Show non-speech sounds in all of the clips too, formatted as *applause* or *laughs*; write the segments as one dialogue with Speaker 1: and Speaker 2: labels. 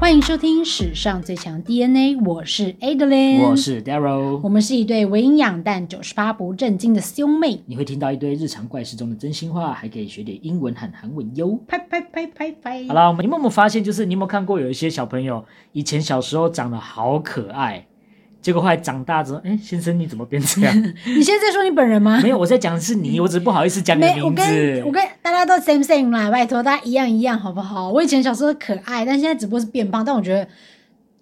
Speaker 1: 欢迎收听史上最强 DNA，我是 Adeline，
Speaker 2: 我是
Speaker 1: 我
Speaker 2: Daryl。
Speaker 1: 们是一对为营养但九十八不正经的兄妹，
Speaker 2: 你会听到一堆日常怪事中的真心话，还可以学点英文和韩文哟。
Speaker 1: 拍拍拍拍拍。
Speaker 2: 好啦，我们你们有没有发现，就是你有没有看过有一些小朋友以前小时候长得好可爱，结果后来长大之后，哎，先生你怎么变
Speaker 1: *laughs*
Speaker 2: 这样？
Speaker 1: 你现在在说你本人吗
Speaker 2: 没？有，我在讲的是你，我只是不好意思讲你的
Speaker 1: 没，我
Speaker 2: 名
Speaker 1: 跟我
Speaker 2: 字。
Speaker 1: 跟大家都 same same 啦，拜托大家一样一样好不好？我以前小时候可爱，但现在只不过是变胖，但我觉得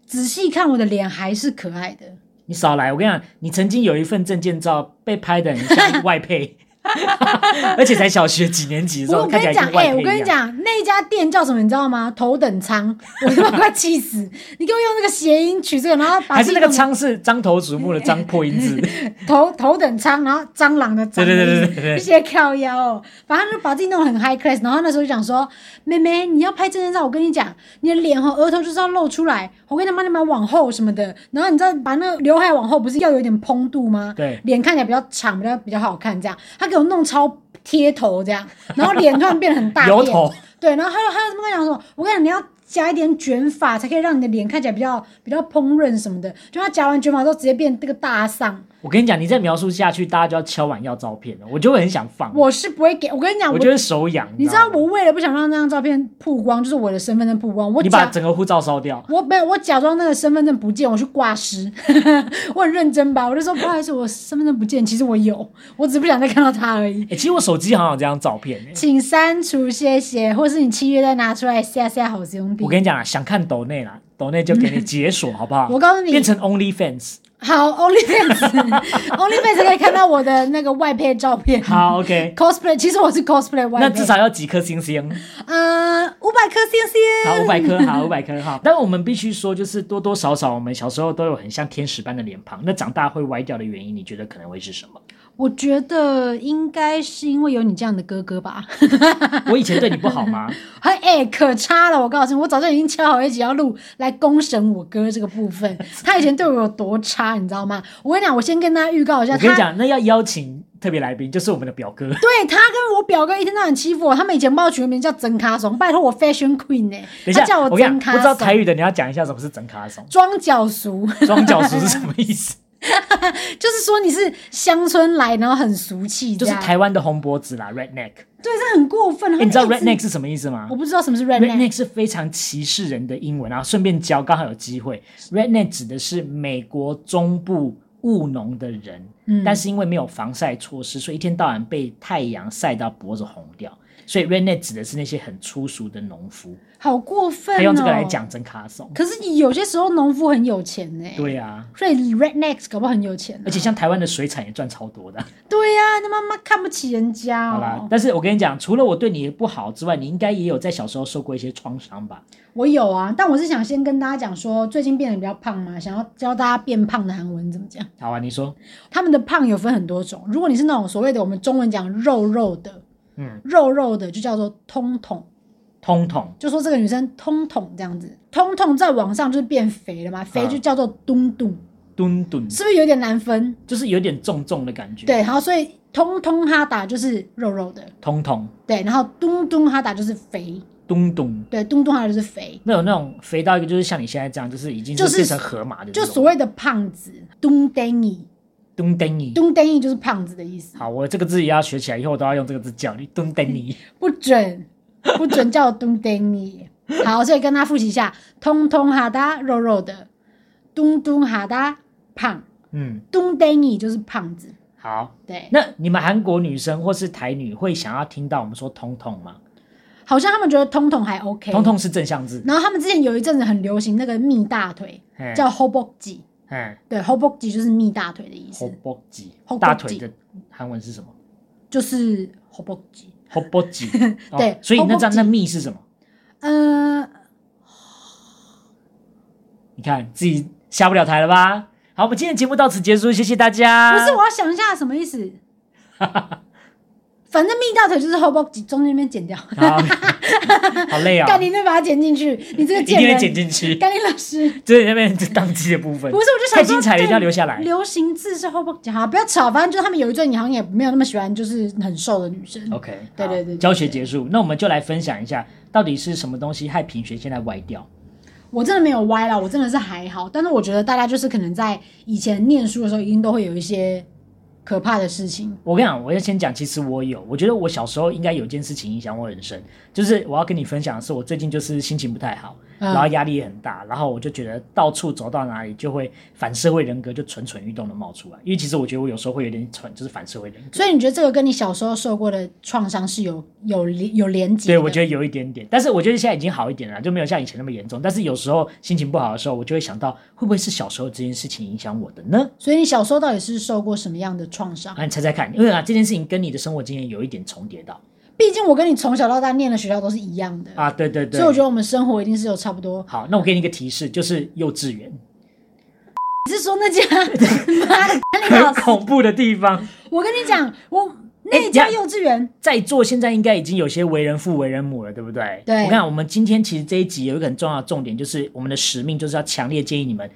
Speaker 1: 仔细看我的脸还是可爱的。
Speaker 2: 你少来，我跟你讲，你曾经有一份证件照被拍的很像外配， *laughs* 而且才小学几年级的时
Speaker 1: 我
Speaker 2: 候，
Speaker 1: 我跟
Speaker 2: 看起
Speaker 1: 你
Speaker 2: 来
Speaker 1: 讲，哎
Speaker 2: 跟外配
Speaker 1: 我
Speaker 2: 一
Speaker 1: 跟你
Speaker 2: 样。
Speaker 1: 讲，那一家店叫什么，你知道吗？头等舱，我他妈快气死！你给我用那个谐音取这个，然后把
Speaker 2: 还是
Speaker 1: 自己
Speaker 2: 那个
Speaker 1: 弄
Speaker 2: 仓是獐头鼠目的獐破
Speaker 1: *laughs*
Speaker 2: 音字，
Speaker 1: 头头等舱，然后蟑螂的蟑，
Speaker 2: 对对对对对对
Speaker 1: 一些靠腰哦，反正就把自己弄得很 high class。然后那时候就讲说，妹妹你要拍证件照，我跟你讲，你的脸和哦额头就是要露出来，我跟你妈你们往后什么的。然后你知道把那个刘海往后不是要有点蓬度吗？
Speaker 2: 对
Speaker 1: 脸看起来比较长，比较比较好看这样。他给我弄超贴头这样，然后脸突然变得很大
Speaker 2: 油
Speaker 1: 片，
Speaker 2: 头。
Speaker 1: 对，然后还有还有什么跟我讲说，我跟你讲，你要夹一点卷发，才可以让你的脸看起来比较比较烹饪什么的。就他夹完卷发之后，直接变这个大丧。
Speaker 2: 我跟你讲，你再描述下去，大家就要敲碗要照片了，我就会很想放，我
Speaker 1: 我是不会给，我跟你讲，我
Speaker 2: 就会手痒。
Speaker 1: 你知道，我为了不想让那张照片曝光，就是我的身份证曝光，我
Speaker 2: 你把
Speaker 1: 假
Speaker 2: 整个护照烧掉，
Speaker 1: 我没有，我假装那个身份证不见，我去挂失， *laughs* 我很认真吧，我就说不好意思，我身份证不见，其实我有，我只是不想再看到它而已。
Speaker 2: 哎、其实我手机好像有这张照片、
Speaker 1: *laughs*
Speaker 2: 欸。
Speaker 1: 请删除，谢谢，或是你七月再拿出来吓吓好兄弟
Speaker 2: 我。跟你讲啊，想看抖内啦，抖内就给你解锁，好不好？
Speaker 1: 我告诉你
Speaker 2: 变，成 Only Fans。
Speaker 1: 好，OnlyFans，OnlyFans 可以看到我的那个外配照片。
Speaker 2: 好，OK，
Speaker 1: *laughs* ，cosplay，其实我是 cosplay 外配，
Speaker 2: 那至少要几颗星星？
Speaker 1: 呃五百颗星星。
Speaker 2: 好，五百颗，好，五百颗，好。但我们必须说，就是多多少少，我们小时候都有很像天使般的脸庞，那长大会歪掉的原因，你觉得可能会
Speaker 1: *laughs*
Speaker 2: 是什么？
Speaker 1: 我觉得应该是因为有你这样的哥哥吧。 *laughs*
Speaker 2: 我以前对你不好吗？
Speaker 1: 哎、欸，可差了！我告诉你，我早就已经敲好一集要录来公审我哥这个部
Speaker 2: *laughs*
Speaker 1: 分。他以前对我有多差，你知道吗？我跟你讲，我先跟大家预告一下，
Speaker 2: 我跟你
Speaker 1: 他
Speaker 2: 讲，那要邀请特别来宾，就是我们的表哥。
Speaker 1: 对他跟我表哥一天到晚欺负我，他们以前帮我取个名叫曾卡怂，拜托我 Fashion Queen 呢、
Speaker 2: 等一
Speaker 1: 他
Speaker 2: 下，
Speaker 1: 叫
Speaker 2: 我跟
Speaker 1: 曾
Speaker 2: 你讲，
Speaker 1: 卡
Speaker 2: 不知道
Speaker 1: 怂，，
Speaker 2: 台语的，你要讲一下什么是整卡怂
Speaker 1: 装脚俗， *laughs*
Speaker 2: 装脚熟是什么意思？
Speaker 1: 就是说你是乡村来，然后很俗气这
Speaker 2: 就是
Speaker 1: 样，
Speaker 2: 台湾的红脖
Speaker 1: *laughs*
Speaker 2: 子啦，redneck。
Speaker 1: 对，这很过分。他
Speaker 2: 诶
Speaker 1: 们
Speaker 2: 你知道
Speaker 1: 一直
Speaker 2: redneck 是什么意思吗
Speaker 1: 我不知道什么是 redneck，
Speaker 2: ？redneck 是非常歧视人的英文啊，顺便教，刚好有机会。redneck 指的是美国中部务农的人，
Speaker 1: 嗯
Speaker 2: 但是因为没有防晒措施，所以一天到晚被太阳晒到脖子红掉。所以 redneck 指的是那些很粗俗的农夫，
Speaker 1: 好过分、哦。
Speaker 2: 他用这个来，讲整卡怂。
Speaker 1: 可是有些时候农夫很有钱呢、
Speaker 2: 对啊，
Speaker 1: 所以 rednecks 搞不好很有钱啊、
Speaker 2: 而且像台湾的水产也赚超多的。
Speaker 1: 对呀、那妈妈看不起人家
Speaker 2: 好啦
Speaker 1: 哦，。
Speaker 2: 但是我跟你讲，除了我对你不好之外，你应该也有在小时候受过一些创伤吧？
Speaker 1: 我有啊，但我是想先跟大家讲说，最近变得比较胖嘛，想要教大家变胖的韩文怎么讲。
Speaker 2: 好啊，你说，
Speaker 1: 他们的胖有分很多种，如果你是那种所谓的我们中文讲肉肉的，
Speaker 2: 嗯，
Speaker 1: 肉肉的就叫做通统，
Speaker 2: 通通
Speaker 1: 就说这个女生通统这样子，通统在网上就是变肥了
Speaker 2: 嗯
Speaker 1: 嘛，肥就叫做东东，
Speaker 2: 墩墩，
Speaker 1: 是不是有点难分？
Speaker 2: 就是有点重重的感觉。，
Speaker 1: 对，好，所以通通哈打就是肉肉的，
Speaker 2: 通通
Speaker 1: 对，然后东东哈打就是肥，
Speaker 2: 咚咚，
Speaker 1: 对，东东哈打就是肥，
Speaker 2: 那有那种肥到一个，就是像你现在这样，就是已经
Speaker 1: 就是
Speaker 2: 是变成河马的这
Speaker 1: 就
Speaker 2: 种，
Speaker 1: 所谓的胖子，东丹尼，
Speaker 2: 蹲蹬你。
Speaker 1: 东丹尼就是胖子的意思，
Speaker 2: 好，我这个字也要学起来，以后我都要用这个字叫你蹲蹬你。
Speaker 1: 不准，不准叫我东丹尼。好，所以跟他复习一下，通通哈达肉肉的，东东哈达胖，
Speaker 2: 嗯，
Speaker 1: 东丹尼就是胖子，
Speaker 2: 好。
Speaker 1: 对，
Speaker 2: 那你们韩国女生或是台女会想要听到我们说通通吗？
Speaker 1: 好像他们觉得通通还 OK，
Speaker 2: 通。通是正向字，
Speaker 1: 然后他们之前有一阵子很流行那个蜜大腿，
Speaker 2: 嘿
Speaker 1: 叫 hobokji，
Speaker 2: 嗯，
Speaker 1: 对，hobokji 就是蜜大腿的意
Speaker 2: 后
Speaker 1: 思，
Speaker 2: 脖肌
Speaker 1: 后脖，
Speaker 2: 大腿
Speaker 1: 肌
Speaker 2: 的韩文是什么？
Speaker 1: 就是 hobokji，
Speaker 2: h o b
Speaker 1: *laughs*
Speaker 2: o j i
Speaker 1: 对
Speaker 2: 哦所以那张
Speaker 1: hoboji
Speaker 2: 那蜜是什么？
Speaker 1: 呃，
Speaker 2: 你看自己下不了台了吧？好，我们今天的节目到此结束，谢谢大家。
Speaker 1: 不是，我要想一下什么意
Speaker 2: *laughs*
Speaker 1: 思。反正蜜大腿就是后脖脊中间那边剪掉，
Speaker 2: 好， *laughs* 好累啊、
Speaker 1: 干
Speaker 2: 哦，
Speaker 1: 你那把它剪进去，你这个
Speaker 2: 一
Speaker 1: 贱
Speaker 2: 定会
Speaker 1: 人，
Speaker 2: 剪进去，
Speaker 1: 干你老师，
Speaker 2: 就是那边就宕机的部分
Speaker 1: 不。是，我就想
Speaker 2: 太
Speaker 1: 说
Speaker 2: 精彩了，
Speaker 1: 这
Speaker 2: 一定要留下来。
Speaker 1: 流行字是后脖脊，好，不要吵，反正就是他们有一阵，你好像也没有那么喜欢，就是很瘦的女生。
Speaker 2: OK，好
Speaker 1: 对对对对对
Speaker 2: 教学结束，那我们就来分享一下，到底是什么东西害品学现在歪掉？
Speaker 1: 我真的没有歪啦，我真的是还好。但是我觉得大家就是可能在以前念书的时候，一定都会有一些可怕的事情。
Speaker 2: 我跟你讲，我要先讲，其实我有，我觉得我小时候应该有一件事情影响我很深，就是我要跟你分享的是，我最近就是心情不太好，
Speaker 1: 嗯
Speaker 2: 然后压力也很大，然后我就觉得到处走到哪里就会反社会人格就蠢蠢欲动的冒出来，因为其实我觉得我有时候会有点蠢，就是反社会人格。
Speaker 1: 所以你觉得这个跟你小时候受过的创伤是有有连有连接
Speaker 2: 对，
Speaker 1: 的？
Speaker 2: 我觉得有一点点，但是我觉得现在已经好一点了，就没有像以前那么严重。但是有时候心情不好的时候，我就会想到会不会是小时候这件事情影响我的呢？
Speaker 1: 所以你小时候到底是受过什么样的创伤？
Speaker 2: 啊，你猜猜看，因为啊这件事情跟你的生活经验有一点重叠到
Speaker 1: 毕竟我跟你从小到大念的学校都是一样的，
Speaker 2: 啊，对对对。
Speaker 1: 所以我觉得我们生活一定是有差不多。
Speaker 2: 好，那我给你一个提示，就是幼稚园，
Speaker 1: 你是说那
Speaker 2: *laughs*
Speaker 1: 家 *laughs* 妈的哪
Speaker 2: 很
Speaker 1: 里好？
Speaker 2: 恐怖的地方。
Speaker 1: 我跟你讲，我
Speaker 2: 哎
Speaker 1: 那家
Speaker 2: 等一下
Speaker 1: 幼稚园，
Speaker 2: 在座现在应该已经有些为人父、为人母了，对不对？
Speaker 1: 对
Speaker 2: 我看我们今天其实这一集有一个很重要的重点，就是我们的使命就是要强烈建议你们。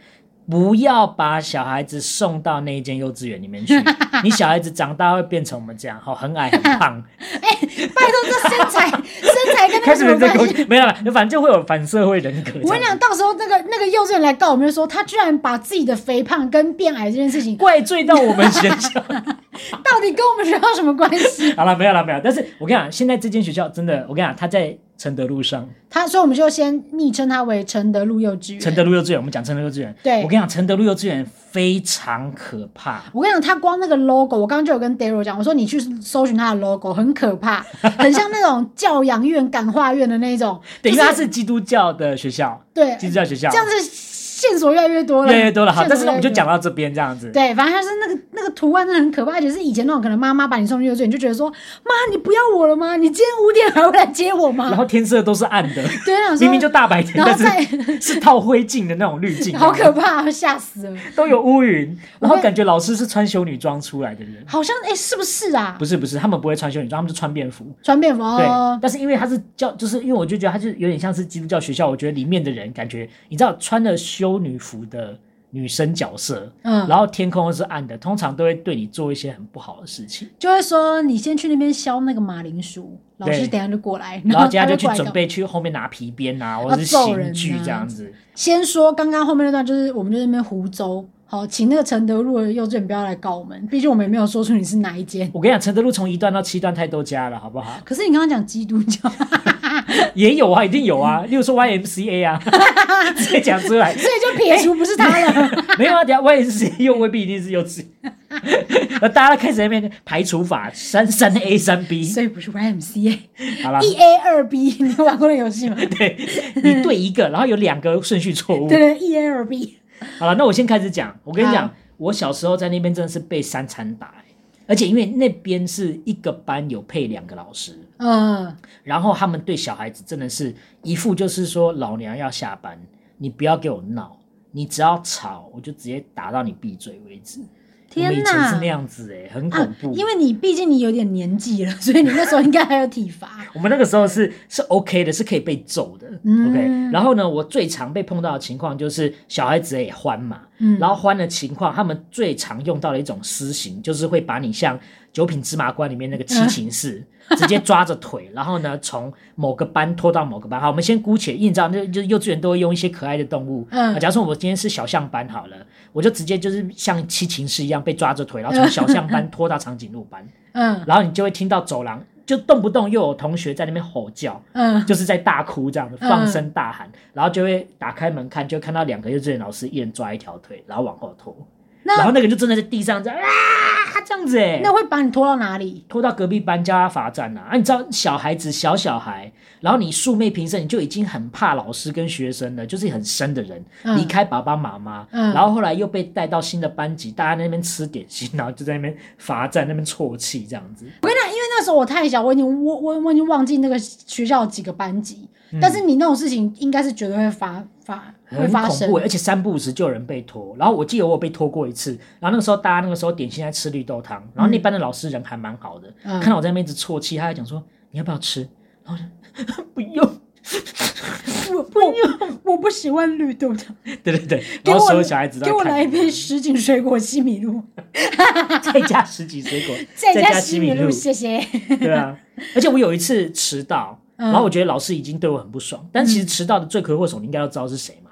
Speaker 2: 不要把小孩子送到那一间幼稚园里面 *laughs* 去，你小孩子长大会变成我们这样，好，很矮很 *laughs* 胖，
Speaker 1: 拜托这身材
Speaker 2: *laughs*
Speaker 1: 身材跟那
Speaker 2: 开
Speaker 1: 个什
Speaker 2: 始
Speaker 1: 么
Speaker 2: 变成
Speaker 1: 关
Speaker 2: 攻
Speaker 1: 系？
Speaker 2: 击，没有啦，反正就会有反社会 *laughs* 人格这样。
Speaker 1: 我跟你讲，到时候那个那个幼稚园来告我们，就说他居然把自己的肥胖跟变矮这件事情，
Speaker 2: 怪罪到我们学校，
Speaker 1: 到底跟我们学校什么关系？
Speaker 2: *laughs* 好了，没有了，没有。但是我跟你讲，现在这间学校真的，我跟你讲，它在承德路上，
Speaker 1: 他，所以我们就先昵称他为承德路幼稚园。
Speaker 2: 承德路幼稚园，我们讲承德路幼稚园。
Speaker 1: 对
Speaker 2: 我跟你讲，承德路幼稚园非常可怕。
Speaker 1: 我跟你讲，他光那个 logo，我刚刚就有跟 Daryl 讲，我说你去搜寻他的 logo，很可
Speaker 2: *laughs*
Speaker 1: 怕，很像那种教养院、感化院的那种。
Speaker 2: 等于
Speaker 1: 就是
Speaker 2: 它是基督教的学校，
Speaker 1: 对，
Speaker 2: 基督教学校
Speaker 1: 这，样子线索越来越多了，
Speaker 2: 越来越多了。好，
Speaker 1: 线
Speaker 2: 但
Speaker 1: 索
Speaker 2: 是
Speaker 1: 越来
Speaker 2: 呢，我
Speaker 1: 越
Speaker 2: 们
Speaker 1: 多
Speaker 2: 就讲到这边这样子。
Speaker 1: 对，反正就是那个那个图案真的很可怕，而且是以前那种可能妈妈把你送去幼稚园，你就觉得说妈你不要我了吗？你今天五点还会来接我
Speaker 2: 然
Speaker 1: 吗？
Speaker 2: 后天色都是暗的，
Speaker 1: 对，那想说
Speaker 2: 明明就大白天，
Speaker 1: 然后
Speaker 2: 但
Speaker 1: 再
Speaker 2: 是 *laughs* 是套灰烬的那种滤镜，啊
Speaker 1: 好可怕，吓死了。
Speaker 2: 都有乌云。
Speaker 1: 我
Speaker 2: 然后
Speaker 1: 会
Speaker 2: 感觉老师是穿修女装出来的人，
Speaker 1: 好像哎、是不是啊
Speaker 2: 不？是不是，他们不会穿修女装，他们是穿便服。
Speaker 1: 穿便服
Speaker 2: 对
Speaker 1: 哦，，
Speaker 2: 但是因为他是教，就是因为我就觉得他就是有点像是基督教学校，我觉得里面的人感觉，你知道穿了修女服的女生角色，
Speaker 1: 嗯，
Speaker 2: 然后天空又是暗的，通常都会对你做一些很不好的
Speaker 1: *laughs*
Speaker 2: 事情，
Speaker 1: 就会说你先去那边削那个马铃薯，老师
Speaker 2: 对
Speaker 1: 等一下就过来，
Speaker 2: 然后接
Speaker 1: 他
Speaker 2: 下来就
Speaker 1: 过
Speaker 2: 去
Speaker 1: 来
Speaker 2: 准
Speaker 1: 搞
Speaker 2: 备去后面拿皮鞭啊，或
Speaker 1: 要
Speaker 2: 者是
Speaker 1: 揍
Speaker 2: 刑
Speaker 1: 人
Speaker 2: 具
Speaker 1: 啊
Speaker 2: 这样子。
Speaker 1: 先说刚刚后面那段，就是我们就在那边胡诌。好，请那个承德路的幼稚园不要来告我们，毕竟我们也没有说出你是哪一间。？
Speaker 2: 我跟你讲，承德路从一段到七段太多家了，好不好 *laughs*
Speaker 1: 可是你刚刚讲基督教，所
Speaker 2: 也有啊，一定有啊，例如说 YMCA 啊， *laughs* 直接讲出来。
Speaker 1: 以就撇除不是他
Speaker 2: *laughs*
Speaker 1: 了。
Speaker 2: 没有啊，等一下 YMCA 又未必一定是幼稚， *laughs* 那大家开始在那边排除法，三三 A 三 B，
Speaker 1: 所以不是 YMCA
Speaker 2: 好啦。
Speaker 1: 一 A 二 B，你有玩过那游戏吗？对
Speaker 2: 对，你对一个，然后有两个顺序错误。
Speaker 1: 对，一 A 二 B，
Speaker 2: 好了，那我先开始讲。我跟你讲
Speaker 1: 好，
Speaker 2: 我小时候在那边真的是被三餐打、欸而且因为那边是一个班有配两个老师，
Speaker 1: 嗯，
Speaker 2: 然后他们对小孩子真的是一副就是说老娘要下班，你不要给我闹，你只要吵，我就直接打到你闭嘴为止。
Speaker 1: 天
Speaker 2: 我们以前
Speaker 1: 哪
Speaker 2: 是那样子哎、很恐
Speaker 1: 啊
Speaker 2: 怖。，
Speaker 1: 因为你毕竟你有点年纪了，所以你那时候应该还有体罚。
Speaker 2: 我们那个时候是是 OK 的，是可以被揍的、
Speaker 1: 嗯
Speaker 2: o k 然后呢，我最常被碰到的情况就是小孩子也欢嘛，
Speaker 1: 嗯
Speaker 2: 然后欢的情况，他们最常用到的一种私刑，就是会把你像《九品芝麻官》里面那个七
Speaker 1: *laughs*
Speaker 2: 情士，直接抓着腿，然后呢从某个班拖到某个班。好，我们先姑且，因为你知道，就就幼稚园都会用一些可爱的动物。
Speaker 1: 嗯
Speaker 2: 啊假如说我今天是小象班好了，我就直接就是像七情士一样被抓着腿，然后从小象班拖到长颈
Speaker 1: *laughs*
Speaker 2: 鹿班，
Speaker 1: 嗯
Speaker 2: 然后你就会听到走廊就动不动又有同学在那边吼叫。
Speaker 1: 嗯，
Speaker 2: 就是在大哭这样子，
Speaker 1: 嗯
Speaker 2: 放声大喊，然后就会打开门看，就看到两个幼稚园老师一人抓一条腿，然后往后拖，然后
Speaker 1: 那
Speaker 2: 那个就真的在地上这样啊这样子哎、
Speaker 1: 那会把你拖到哪里？
Speaker 2: 拖到隔壁班叫他罚站呐、啊！你知道小孩子小小孩，然后你素昧平生，你就已经很怕老师跟学生了，就是很深的人，
Speaker 1: 嗯
Speaker 2: 离开爸爸妈妈，
Speaker 1: 嗯
Speaker 2: 然后后来又被带到新的班级，大家在那边吃点心，然后就在那边罚站，那边啜泣这样子。
Speaker 1: 因为那时候我太小，我已经我我我已经忘记那个学校有几个班级，但是你那种事情应该是绝对会发发会
Speaker 2: 嗯很
Speaker 1: 发
Speaker 2: 恐
Speaker 1: 生
Speaker 2: 怖，。而且三不五时就有人被拖。然后我记得我有被拖过一次，然后那个时候大家那个时候点心在吃绿豆汤，然后那班的老师人还蛮好的，
Speaker 1: 嗯
Speaker 2: 看到我在那边一直啜泣，他还讲说你要不要吃？然后我就 *laughs* 不用，欸
Speaker 1: 我不我不喜欢绿豆汤，
Speaker 2: 对对对，
Speaker 1: 给
Speaker 2: 然后
Speaker 1: 我
Speaker 2: 所有小孩子都在
Speaker 1: 给我
Speaker 2: 看
Speaker 1: 来一杯什锦水果西米
Speaker 2: *laughs*
Speaker 1: 露，
Speaker 2: 再加十几水果，
Speaker 1: 再
Speaker 2: 加
Speaker 1: 加
Speaker 2: 西
Speaker 1: 西
Speaker 2: 米
Speaker 1: 米
Speaker 2: 露
Speaker 1: 露，，谢谢。
Speaker 2: 对啊。而且我有一次迟到，
Speaker 1: 嗯
Speaker 2: 嗯然后我觉得老师已经对我很不爽，但其实迟到的罪魁祸首你应该要知道是谁嘛。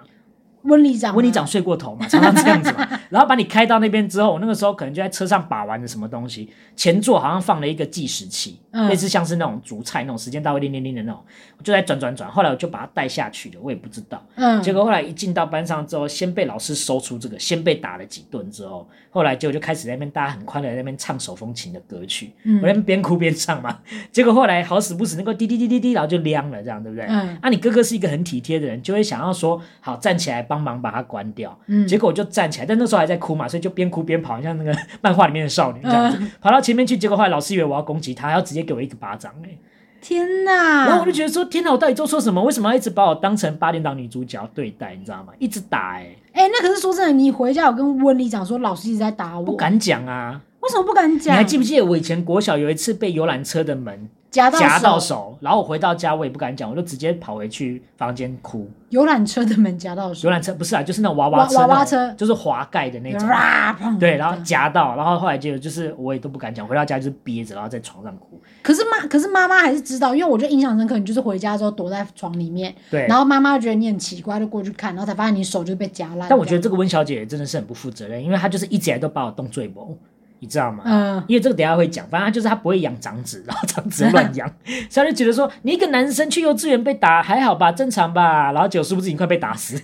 Speaker 1: 温里长吗，
Speaker 2: 温里长睡过头 *laughs* 嘛，常常这样子嘛。然后把你开到那边之后，我那个时候可能就在车上把玩着什么东西，前座好像放了一个计时器，
Speaker 1: 嗯
Speaker 2: 类似像是那种竹菜那种时间到会铃铃铃的那种，我就在转转转。后来我就把它带下去了，我也不知道。
Speaker 1: 嗯，
Speaker 2: 结果后来一进到班上之后，先被老师搜出这个，先被打了几顿之后，后来就就开始在那边大家很快乐在那边唱手风琴的歌曲，
Speaker 1: 嗯
Speaker 2: 我在那边边哭边唱嘛。 *laughs* 结果后来好死不死，那个滴滴滴滴滴，然后就亮了，这样对不对？
Speaker 1: 嗯
Speaker 2: 啊，你哥哥是一个很体贴的人，就会想要说好站起来帮忙把它关掉。
Speaker 1: 嗯
Speaker 2: 结果我就站起来，但那时候还在哭嘛，所以就边哭边跑，像那个 *laughs* 漫画里面的少女这样子，
Speaker 1: 嗯
Speaker 2: 跑到前面去。结果后来老师以为我要攻击他，他要直接给我一个巴掌、欸
Speaker 1: 天哪！
Speaker 2: 然后我就觉得说，天哪，我到底做错什么？为什么要一直把我当成八点档女主角对待？你知道吗？一直打、欸，
Speaker 1: 哎、那可是说真的，你回家有跟温里讲说老师一直在打我，
Speaker 2: 不敢讲啊。
Speaker 1: 为什么不敢
Speaker 2: 你
Speaker 1: 讲？
Speaker 2: 还记不记得我以前国小有一次被游览车的门
Speaker 1: 夹到
Speaker 2: 夹到
Speaker 1: 手，
Speaker 2: 手，然后我回到家我也不敢讲，我就直接跑回去房间哭。
Speaker 1: 游览车的门夹到手
Speaker 2: 游，览车不是啊，就是那种娃娃车，
Speaker 1: 娃娃
Speaker 2: 那种
Speaker 1: 车
Speaker 2: 就是滑盖的那种。
Speaker 1: 哇啊砰
Speaker 2: 对，然后夹到，然后后来就就是我也都不敢讲，回到家就是憋着，然后在床上哭。
Speaker 1: 可是妈，可是妈妈还是知道，因为我就印象深刻，你就是回家之后躲在床里面，
Speaker 2: 对，
Speaker 1: 然后妈妈觉得你很奇怪，就过去看，然后才发现你手就被夹烂。
Speaker 2: 但我觉得
Speaker 1: 这
Speaker 2: 这个温小姐真的是很不负责任，因为她就是一直以来都把我当醉魔，你知道吗？
Speaker 1: 样，嗯，
Speaker 2: 因为这个等一下会讲，反正她就是她不会养长子，然后长子乱 *laughs* 养，所以她就觉得说你一个男生去幼稚园被打还好吧，正常吧，然后结果殊不知你快被打 *laughs* 死，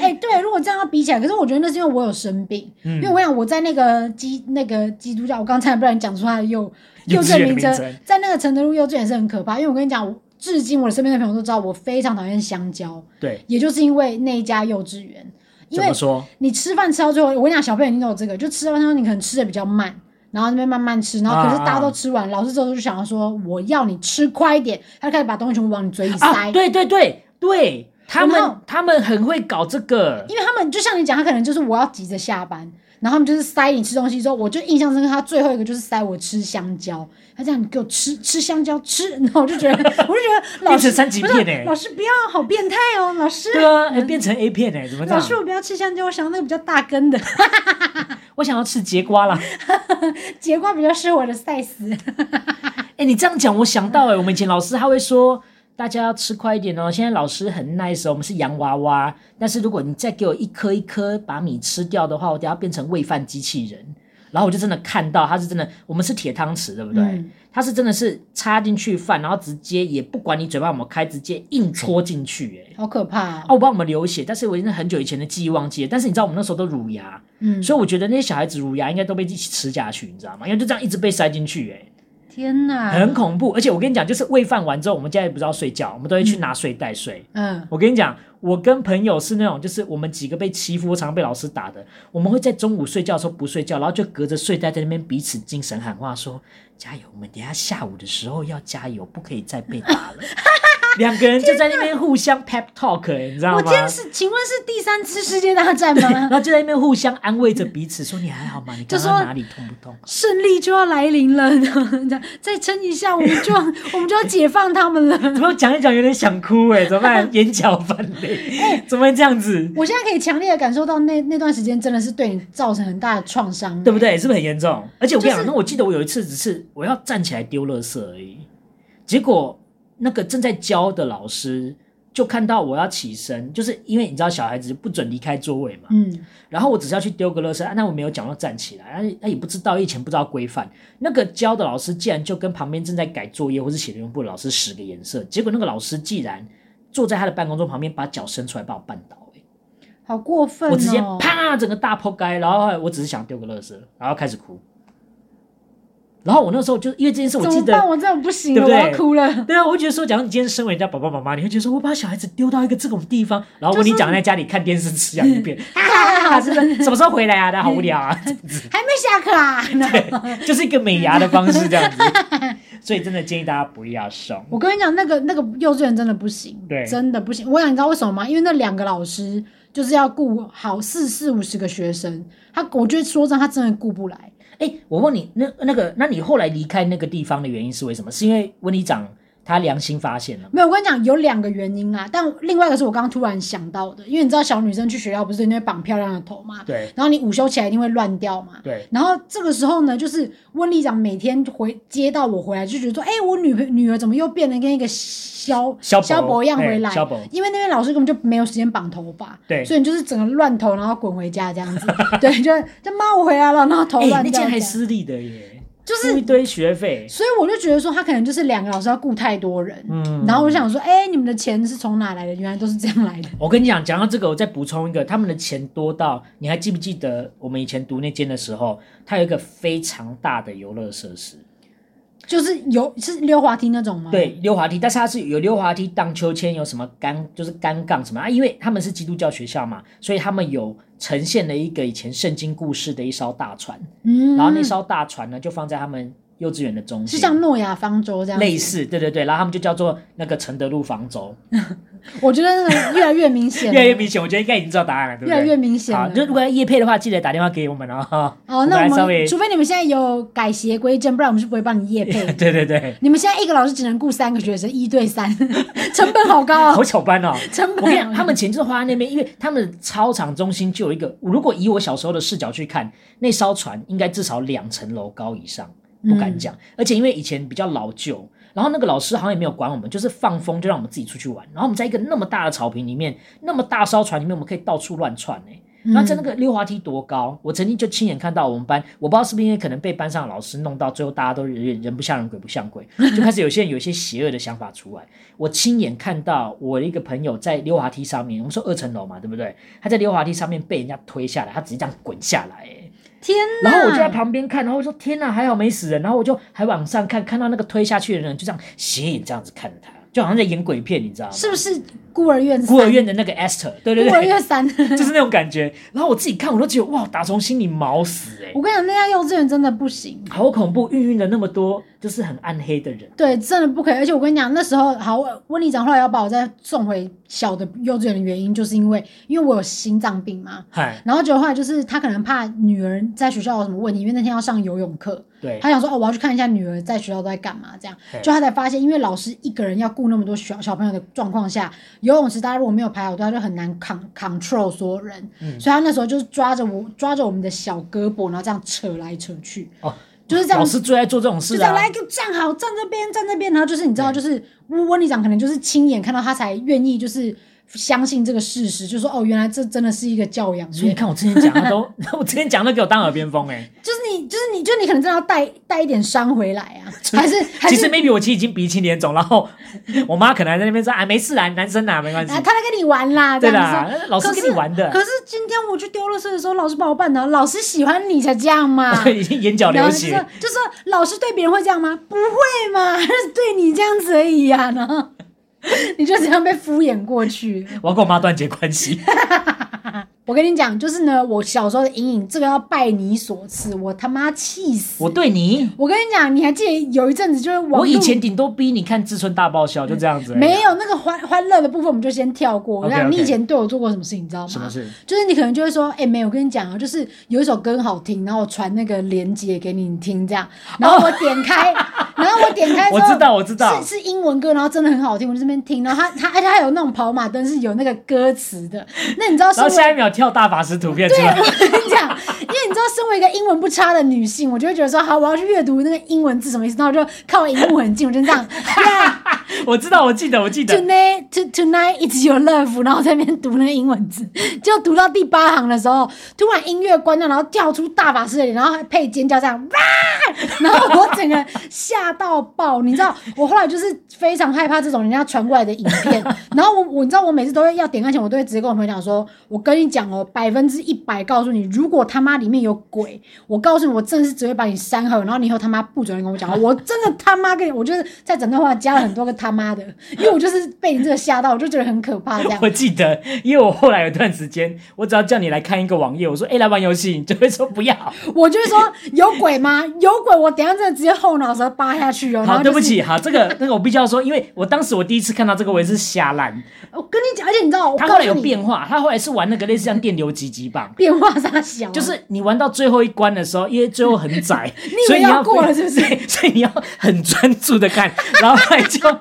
Speaker 1: 哎、对，如果这样要比起来，可是我觉得那是因为我有生病，
Speaker 2: 嗯
Speaker 1: 因为我想我在那个基那个基督教，我刚才不然讲出他的幼
Speaker 2: 幼稚
Speaker 1: 稚
Speaker 2: 园
Speaker 1: 名
Speaker 2: 名称
Speaker 1: 在那个承德路幼稚园是很可怕，因为我跟你讲，我至今我身边的朋友都知道我非常讨厌香蕉，
Speaker 2: 对，
Speaker 1: 也就是因为那一家幼稚园，因
Speaker 2: 怎
Speaker 1: 为
Speaker 2: 么说？
Speaker 1: 你吃饭吃到最后，我跟你讲，小朋友一定都有这个，就吃到最后你可能吃的比较慢，然后那边慢慢吃，然后
Speaker 2: 啊
Speaker 1: 可是大家都吃完，老师之后就想要说我要你吃快一点，他就开始把东西全部往你嘴里塞。
Speaker 2: 啊，对对对对，他
Speaker 1: 然后
Speaker 2: 们他们很会搞这个，
Speaker 1: 因为他们就像你讲，他可能就是我要急着下班，然后他们就是塞你吃东西之后，我就印象深刻，他最后一个就是塞我吃香蕉，他这样你给我吃吃香蕉吃，然后我就觉得 *laughs* 我就觉得
Speaker 2: *laughs*
Speaker 1: 老
Speaker 2: 变成
Speaker 1: 师
Speaker 2: 三级
Speaker 1: 不是
Speaker 2: 片欸
Speaker 1: 老师不要，好变态哦，老师。
Speaker 2: 对啊，哎变成 A 片哎、怎么这
Speaker 1: 老
Speaker 2: 样？
Speaker 1: 师，我不要吃香蕉，我想要那个比较大根的， *laughs*
Speaker 2: 我想要吃节瓜啦。
Speaker 1: 节瓜比较适合我的 size。
Speaker 2: 哎、你这样讲，我想到哎、我们以前老师他会说，大家要吃快一点哦。现在老师很 nice 哦，我们是洋娃娃，但是如果你再给我一颗一颗把米吃掉的话，我等下变成喂饭机器人。然后我就真的看到，他是真的，我们是铁汤匙，对不对？
Speaker 1: 嗯
Speaker 2: 他是真的是插进去饭，然后直接也不管你嘴巴有没有开，直接硬戳
Speaker 1: 嗯
Speaker 2: 进去、哎，
Speaker 1: 好可怕、
Speaker 2: 哦，我帮我们流血，但是我已经很久以前的记忆忘记了。但是你知道我们那时候都乳牙，
Speaker 1: 嗯，
Speaker 2: 所以我觉得那些小孩子乳牙应该都被一起吃下去，你知道吗？因为就这样一直被塞进去、哎。
Speaker 1: 天哪，
Speaker 2: 很恐怖。而且我跟你讲，就是喂饭完之后，我们家也不知道睡觉，我们都会去拿睡袋睡。
Speaker 1: 嗯，
Speaker 2: 我跟你讲，我跟朋友是那种，就是我们几个被欺负，我常常被老师打的。我们会在中午睡觉的时候不睡觉，然后就隔着睡袋在那边彼此精神喊话说：“加油，我们等一下下午的时候要加油，不可以再被打
Speaker 1: *laughs*
Speaker 2: 了。”两个人就在那边互相 pep talk，、欸、你知
Speaker 1: 我
Speaker 2: 道吗？
Speaker 1: 今天是请问是第三次世界大战 *laughs* 吗
Speaker 2: 然？ *laughs* 后就在那边互相安慰着彼此，说你还好吗？你
Speaker 1: 就
Speaker 2: 刚
Speaker 1: 说
Speaker 2: 刚哪里痛不
Speaker 1: *laughs*
Speaker 2: 痛？
Speaker 1: 胜利就要来临了， *laughs* 再撑一下，我们就我们就要 *laughs* 解放他们了。
Speaker 2: 怎么讲一讲有点想哭哎、怎么办？眼角泛
Speaker 1: 哎
Speaker 2: 泪，怎么会这样子？
Speaker 1: 我现在可以强烈的感受到那那段时间真的是对你造成很大的创伤，
Speaker 2: 对不？对？是不是很严重？而且我跟你
Speaker 1: 就
Speaker 2: 讲，
Speaker 1: 是
Speaker 2: 那我记得我有一次只是我要站起来丢垃圾而已，结果那个正在教的老师就看到我要起身，就是因为你知道小孩子不准离开座位嘛，
Speaker 1: 嗯，
Speaker 2: 然后我只是要去丢个垃圾，啊那我没有讲要站起来，啊那、那也不知道，以前不知道规范。那个教的老师竟然就跟旁边正在改作业或是写论文部的老师使个眼色，结果那个老师竟然坐在他的办公桌旁边，把脚伸出来把我绊倒、欸
Speaker 1: 好过分、哦！
Speaker 2: 我直接啪整个大破街，然后后来我只是想丢个垃圾，然后开始哭。然后我那时候就因为这件事，我
Speaker 1: 怎
Speaker 2: 记
Speaker 1: 么办？
Speaker 2: 得，
Speaker 1: 我真的不行
Speaker 2: 对
Speaker 1: 了，
Speaker 2: 不对
Speaker 1: 我要哭
Speaker 2: *laughs*
Speaker 1: 了。
Speaker 2: 对啊，我会觉得说，假如你今天身为人家爸爸妈妈，你会觉得说我把小孩子丢到一个这种地方，然后
Speaker 1: 就
Speaker 2: 我
Speaker 1: 是
Speaker 2: 你讲在家里看电视吃洋芋
Speaker 1: *laughs*
Speaker 2: 片，
Speaker 1: 啊
Speaker 2: 啊，真的什么时候回来啊？大家好无聊
Speaker 1: *laughs*
Speaker 2: 啊，
Speaker 1: 还没下课啊！
Speaker 2: 就是一个美牙的方式这样子。所以真的建议大家不要送。
Speaker 1: 我跟你讲，那个那个幼稚园真的不行，
Speaker 2: 对
Speaker 1: 真的不行。我想你知道为什么吗？因为那两个老师就是要顾好四四五十个学生，他我觉得说真的，他真的顾不来。
Speaker 2: 哎，我问你，那那个，那你后来离开那个地方的原因是为什么？是因为温里长他良心发现了。
Speaker 1: 没有，我跟你讲，有两个原因啊，但另外一个是我刚刚突然想到的，因为你知道小女生去学校不是因为绑漂亮的头嘛，
Speaker 2: 对
Speaker 1: 然后你午休起来一定会乱掉嘛，
Speaker 2: 对，
Speaker 1: 然后这个时候呢，就是温丽长每天回接到我回来，就觉得说，哎、我女朋女儿怎么又变得跟一个萧
Speaker 2: 萧伯
Speaker 1: 萧伯一样
Speaker 2: 哎
Speaker 1: 回来？
Speaker 2: 萧伯
Speaker 1: 因为那边老师根本就没有时间绑头发，
Speaker 2: 对
Speaker 1: 所以你就是整个乱头，然后滚回家这样
Speaker 2: *laughs*
Speaker 1: 子，对，就就妈我回来了，然后头
Speaker 2: 哎、
Speaker 1: 乱
Speaker 2: 那
Speaker 1: 掉
Speaker 2: 间
Speaker 1: 这
Speaker 2: 还
Speaker 1: 样。
Speaker 2: 私立的耶，
Speaker 1: 就
Speaker 2: 付一堆学费。
Speaker 1: 所以我就觉得说，他可能就是两个老师要雇太多人，
Speaker 2: 嗯
Speaker 1: 然后我想说，哎、你们的钱是从哪来的？原来都是这样
Speaker 2: *laughs*
Speaker 1: 来的。
Speaker 2: 我跟你讲，讲到这个，我再补充一个，他们的钱多到，你还记不记得我们以前读那间的时候，它有一个非常大的游乐设施，
Speaker 1: 就是有是溜滑梯那种吗？
Speaker 2: 对，溜滑梯，但是它是有溜滑梯、荡秋千，有什么杆，就是杆杠什么啊？因为他们是基督教学校嘛，所以他们有呈现了一个以前圣经故事的一艘大船，
Speaker 1: 嗯，
Speaker 2: 然后那艘大船呢就放在他们幼稚园的中
Speaker 1: 是
Speaker 2: 心，
Speaker 1: 像诺亚方舟这样子
Speaker 2: 类。似，对对对，然后他们就叫做那个承德路方舟，
Speaker 1: 我觉得那个越来越明显，
Speaker 2: *laughs* 越来越明显，我觉得应该已经知道答案了，对不
Speaker 1: *laughs* 越
Speaker 2: 对？
Speaker 1: 来越明显
Speaker 2: 好，
Speaker 1: 了。
Speaker 2: 就如果要叶配的话，记得打电话给 *laughs* 我们哦。
Speaker 1: 哦，那
Speaker 2: 来
Speaker 1: 我
Speaker 2: 稍
Speaker 1: 们
Speaker 2: 微
Speaker 1: 除非你们现在有改邪归正，不然我们是不会帮你业配。
Speaker 2: *laughs* 对对对，
Speaker 1: 你们现在一个老师只能雇三个学生，一对三， *laughs* 成本好高
Speaker 2: 好
Speaker 1: 哦。
Speaker 2: 巧班
Speaker 1: *laughs*
Speaker 2: 哦。
Speaker 1: 成
Speaker 2: *laughs* 我
Speaker 1: 本
Speaker 2: 跟你讲，他们钱就是花在那边，因为他们的操场中心就有一个。如果以我小时候的视角去看，那艘船应该至少两层楼高以上，
Speaker 1: 嗯
Speaker 2: 不敢讲。而且因为以前比较老旧，然后那个老师好像也没有管我们，就是放风就让我们自己出去玩。然后我们在一个那么大的草坪里面，那么大艘船里面，我们可以到处乱窜哎、
Speaker 1: 嗯
Speaker 2: 然后在那个溜滑梯多高，我曾经就亲眼看到我们班，我不知道是不是因为可能被班上的老师弄到，最后大家都人人不像人鬼不像
Speaker 1: *laughs*
Speaker 2: 鬼，就开始有些人有一些邪恶的想法出来。我亲眼看到我的一个朋友在溜滑梯上面，我们说二层楼嘛，对不对？他在溜滑梯上面被人家推下来，他直接这样滚下来、欸
Speaker 1: 嗯天哪！
Speaker 2: 然后我就在旁边看，然后我说天哪，还好没死人。然后我就还往上看，看到那个推下去的人就这样斜眼这样子看着他，就好像在演鬼片，你知道吗？
Speaker 1: 是不是孤儿院三？
Speaker 2: 孤儿院的那个 Esther，对对
Speaker 1: 孤儿
Speaker 2: 对，
Speaker 1: 院三。
Speaker 2: *laughs* 就是那种感觉。然后我自己看，我都觉得哇，打从心里毛死哎、
Speaker 1: 我跟你讲，那家幼稚园真的不行。
Speaker 2: 好恐怖，孕育了那么多就是很暗黑的人。
Speaker 1: 对，真的不可以。而且我跟你讲，那时候好，温丽长后来要把我再送回小的幼稚园的原因，就是因为因为我有心脏病嘛。
Speaker 2: 嗨，
Speaker 1: 然后结果后来就是他可能怕女儿在学校有什么问题，因为那天要上游泳课，
Speaker 2: 对，
Speaker 1: 他想说哦，我要去看一下女儿在学校都在干嘛，这样
Speaker 2: 嘿
Speaker 1: 就他才发现，因为老师一个人要顾那么多小小朋友的状况下，游泳池大家如果没有排好队，他就很难 con control 所有人，
Speaker 2: 嗯
Speaker 1: 所以他那时候就是抓着我抓着我们的小胳膊，然后这样扯来扯去，
Speaker 2: 哦，
Speaker 1: 就是这样
Speaker 2: 老师最爱做这种事
Speaker 1: 就这
Speaker 2: 啊
Speaker 1: 样。来给我站好，站这边，站这边，然后就是你知道，就是温温里长可能就是亲眼看到他才愿意就是相信这个事实，就说哦，原来这真的是一个教养
Speaker 2: 所以你
Speaker 1: 院，
Speaker 2: 看我之前讲的都， *laughs* 我之前讲的给我当耳边风哎、
Speaker 1: 就是你就是你就你可能真的要带带一点伤回来啊，还是还
Speaker 2: 其
Speaker 1: 是
Speaker 2: 实 maybe 我其实已经鼻青脸肿，然后我妈可能还在那边说啊没事啦，男生啦没关系
Speaker 1: 啊，。他来跟你玩啦，这
Speaker 2: 对
Speaker 1: 样
Speaker 2: 啦
Speaker 1: 子说。，
Speaker 2: 老师
Speaker 1: 可
Speaker 2: 跟你
Speaker 1: 是
Speaker 2: 玩
Speaker 1: 可
Speaker 2: 的，
Speaker 1: 是今天我去丢垃圾的时候，老师把我绊倒，老师喜欢你才这样
Speaker 2: *laughs*
Speaker 1: 嘛。
Speaker 2: 已经眼角
Speaker 1: 然
Speaker 2: 流
Speaker 1: 后就说
Speaker 2: 血。
Speaker 1: 就说老师对别人会这样吗？不会嘛，就是对你这样子而已呀、然后 *laughs* 你就这样被敷衍过去了。
Speaker 2: 我要跟我妈断绝关 *laughs* 系。
Speaker 1: 我跟你讲，就是呢，我小时候的阴影，这个要拜你所赐，我他妈气死！
Speaker 2: 我
Speaker 1: 我
Speaker 2: 对你，
Speaker 1: 跟你讲，你还记得有一阵子就是网
Speaker 2: 我以
Speaker 1: 络
Speaker 2: 前顶多逼你看《志村大爆笑》，就这样子而已。啊
Speaker 1: 没有那个欢欢乐的部分，我们就先跳过。我跟
Speaker 2: OK，
Speaker 1: 你讲，你
Speaker 2: OK
Speaker 1: 以前对我做过什么事，你知道吗？
Speaker 2: 什么事？
Speaker 1: 就是你可能就会说，哎、没有，我跟你讲啊，就是有一首歌很好听，然后我传那个链接给你听，这样，然后我点开，然后我点开之
Speaker 2: 哦 *laughs* 我
Speaker 1: 后，
Speaker 2: 知道，我知道
Speaker 1: 是，是英文歌，然后真的很好听，我就这边听，然后它它而且它有那种跑马灯是有那个歌词的，那你知道身
Speaker 2: 然后
Speaker 1: 为
Speaker 2: 下一秒跳大法师图片出来。
Speaker 1: 我跟你讲，因为你知道，身为一个英文不差的女性，我就会觉得说，好，我要去阅读那个英文字什么意思，然后我就靠荧幕很近，我就这样
Speaker 2: *laughs* 我知道，我记得，我记得。
Speaker 1: ，tonight to tonight it's your love，然后在那边读那个英文字，就读到第八行的时候，突然音乐关掉，然后跳出大法师的脸，然后还配尖叫这样，哇！然后我整个吓到爆，你知道，我后来就是非常害怕这种人家传过来的影片，然后我我你知道，我每次都会要点开前，我都会直接跟我朋友讲说，我跟你讲哦，百分之一百告诉你，如果他妈里面有鬼，我告诉你，我真的是只会把你删好，然后你以后他妈不准跟我讲话，我真的他妈跟你，我就是在整段话加了很多个他妈的，因为我就是被你这个吓到，我就觉得很可怕这样。
Speaker 2: *laughs* 我记得，因为我后来有段时间，我只要叫你来看一个网页，我说：“哎、来玩游戏。”你就会说：“不要。
Speaker 1: 我就会说有鬼吗？有鬼！我等一下真的直接后脑勺扒下去哦。然
Speaker 2: 好，
Speaker 1: 后
Speaker 2: 对
Speaker 1: 就
Speaker 2: 不
Speaker 1: 是
Speaker 2: 起，好，这个 *laughs* 那个我必须要说，因为我当时我第一次看到这个，我也是瞎烂。
Speaker 1: 我跟你讲，而且你知道，我
Speaker 2: 他
Speaker 1: 告
Speaker 2: 后来
Speaker 1: 诉
Speaker 2: 有
Speaker 1: 你
Speaker 2: 变化，他后来是玩那个类似像电流击击棒，
Speaker 1: 变化啥小啊，
Speaker 2: 就是你玩到最后一关的时候，因为最后很
Speaker 1: *laughs*
Speaker 2: 窄，
Speaker 1: 以
Speaker 2: 所
Speaker 1: 为
Speaker 2: 以你
Speaker 1: 要
Speaker 2: 要
Speaker 1: 过
Speaker 2: 非
Speaker 1: 了是不是？
Speaker 2: 对所以你要很专注的看， *laughs* 然后后
Speaker 1: *laughs*
Speaker 2: 来就
Speaker 1: 啊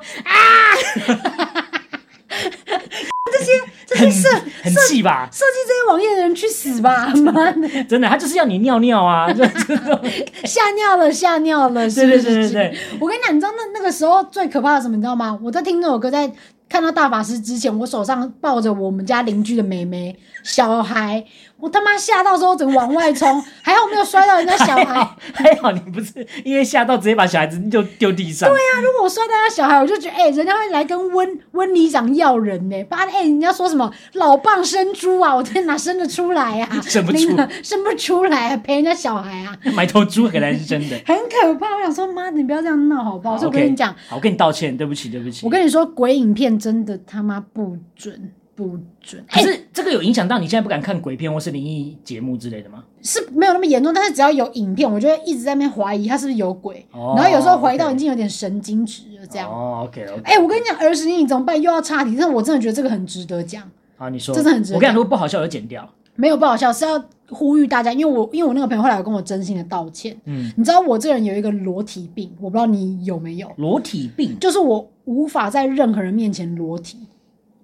Speaker 1: 这
Speaker 2: 很
Speaker 1: 些设
Speaker 2: 很气吧，
Speaker 1: 设计这些网页的人去死
Speaker 2: *laughs*
Speaker 1: 吧！妈的，
Speaker 2: 真的，他就是要你尿尿啊， *laughs* 就就
Speaker 1: 吓尿了，吓尿了！是
Speaker 2: 对
Speaker 1: 不
Speaker 2: 对
Speaker 1: 是
Speaker 2: 对对对，
Speaker 1: 我跟你讲，你知道那那个时候最可怕的是什么？你知道吗？我在听那首歌，在看到大法师之前，我手上抱着我们家邻居的妹妹小孩，我他妈吓到时候整个往外冲，还好没有摔到人家 *laughs* 小
Speaker 2: 还 *laughs*
Speaker 1: 孩。
Speaker 2: 好还好你不是因为吓到直接把小孩子就丢
Speaker 1: *laughs*
Speaker 2: 地上， *laughs* 对
Speaker 1: 哎那如果我摔到他小孩，我就觉得，哎、人家会来跟温温里长要人呢、爸，哎、人家说什么老蚌生珠啊，我天哪，生得出来啊？
Speaker 2: 生不出
Speaker 1: *laughs* 那个生不出来、陪人家小孩啊，
Speaker 2: 埋头猪可能是真的。
Speaker 1: 很可怕。我想说，妈的，你不要这样闹好不好？所以我
Speaker 2: OK，
Speaker 1: 跟你讲，
Speaker 2: 好，我跟你道歉，对不起，对不起。
Speaker 1: 我跟你说，鬼影片真的他妈不准，不准。
Speaker 2: 可
Speaker 1: 哎、
Speaker 2: 是这个有影响到你现在不敢看鬼片或是灵异节目之类的吗？
Speaker 1: 是没有那么严重，但是只要有影片，我就会一直在那边怀疑他是不是有鬼，
Speaker 2: 哦
Speaker 1: 然后有时候怀疑到
Speaker 2: OK
Speaker 1: 已经有点神经质了这样。
Speaker 2: 哦，OK OK。
Speaker 1: 哎、我跟你讲，儿时阴影怎么办？又要岔题，但是我真的觉得这个很值得讲。
Speaker 2: 好，你说。
Speaker 1: 真的很值得
Speaker 2: 我跟你说不好笑，我就剪掉。
Speaker 1: 没有不好笑，啊是要呼吁大家，因为我因为我那个朋友后来有跟我真心的道歉。
Speaker 2: 嗯，
Speaker 1: 你知道我这个人有一个裸体病，我不知道你有没有，
Speaker 2: 裸体病
Speaker 1: 就是我无法在任何人面前裸体。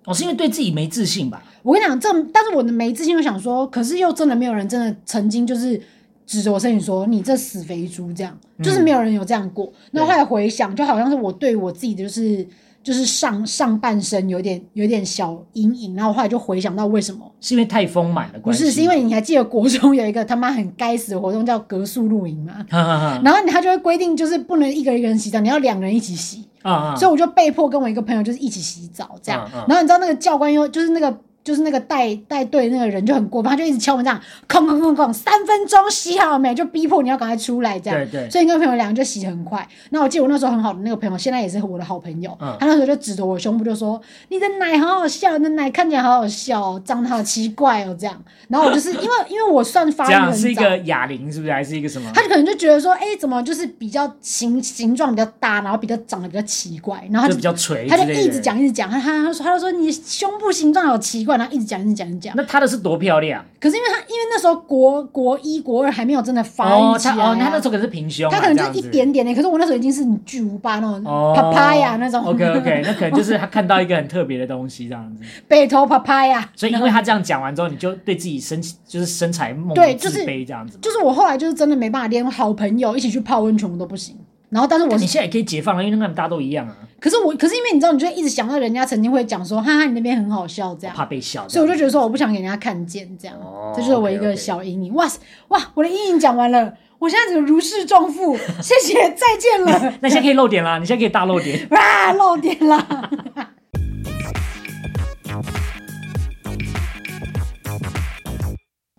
Speaker 2: 哦，是因为对自己没自信吧？
Speaker 1: 我跟你讲，这但是我的没自信，又想说，可是又真的没有人真的曾经就是指着我身体说你这死肥猪这样，
Speaker 2: 嗯
Speaker 1: 就是没有人有这样过。那、后来回想，就好像是我对我自己的就是就是上上半身有点有点小阴影，然后我后来就回想到为什么。
Speaker 2: 是因为太丰满的
Speaker 1: 不
Speaker 2: 关系吗？
Speaker 1: 是，是因为你还记得国中有一个他妈很该死的活动叫格数露营吗？
Speaker 2: 哈哈哈
Speaker 1: 然后他就会规定，就是不能一个一个人洗澡，你要两个人一起洗。
Speaker 2: 啊啊！
Speaker 1: 所以我就被迫跟我一个朋友就是一起洗澡这样。
Speaker 2: 嗯嗯
Speaker 1: 然后你知道那个教官又就是那个就是那个带带队那个人就很过分，他就一直敲门这样，哐哐哐哐，三分钟洗好没？就逼迫你要赶快出来这样。
Speaker 2: 对对
Speaker 1: 所以你跟朋友两个就洗很快。那我记得我那时候很好的那个朋友，现在也是我的好朋友，
Speaker 2: 嗯
Speaker 1: 他那时候就指着我胸部就说：“你的奶好好笑，你的奶看起来好好笑哦，长得好奇怪哦。”这样。然后我就是因为 *laughs* 因为我算发
Speaker 2: 这
Speaker 1: 育
Speaker 2: 样
Speaker 1: 很
Speaker 2: 是一
Speaker 1: 早。
Speaker 2: 个哑铃，是不是？还是一个什么？
Speaker 1: 他就可能就觉得说，哎、怎么就是比较形形状比较大，然后比较长得比较奇怪，然后他
Speaker 2: 就
Speaker 1: 就
Speaker 2: 比较垂之
Speaker 1: 他就
Speaker 2: 类的。
Speaker 1: 一直。讲一直讲，他他他说他就说你胸部形状好奇怪，然后一直讲一直讲一直讲。
Speaker 2: 那他的是多漂亮
Speaker 1: 可是因为他因为那时候国国一国二还没有真的发
Speaker 2: 哦！
Speaker 1: 育起啊
Speaker 2: 他
Speaker 1: 来、
Speaker 2: 哦，他那时候可能是平胸啊，
Speaker 1: 他可能
Speaker 2: 这
Speaker 1: 就
Speaker 2: 样
Speaker 1: 一
Speaker 2: 子
Speaker 1: 点点的，可是我那时候已经是巨无霸那种
Speaker 2: 哦
Speaker 1: papaya 那种
Speaker 2: OK OK，那可能就是他看到一个很特别的东西这样子，
Speaker 1: *laughs* 北头 papaya。
Speaker 2: 所以因为他这样讲完之后，你就对自己身就是身材梦
Speaker 1: 对就
Speaker 2: 自
Speaker 1: 是
Speaker 2: 卑这样子嘛。
Speaker 1: 就是我后来就是真的没办法，连好朋友一起去泡温泉我都不行。然后，但是我
Speaker 2: 你
Speaker 1: 是，
Speaker 2: 现在也可以解放了，因为那个大家都一样啊，
Speaker 1: 可是我，可是因为你知道，你就会一直想到人家曾经会讲说，哈哈，你那边很好笑这样。
Speaker 2: 怕被笑这样。
Speaker 1: 啊所以我就觉得说我不想给人家看见，这样，
Speaker 2: 哦
Speaker 1: 这就是我一个
Speaker 2: OK，OK
Speaker 1: 小阴影。哇塞，哇，我的阴影讲完了，我现在整个如释重负， *laughs* 谢谢，再见了， *laughs*
Speaker 2: 那现在可以露点啦，你现在可以大露点。
Speaker 1: 哇，漏点啦。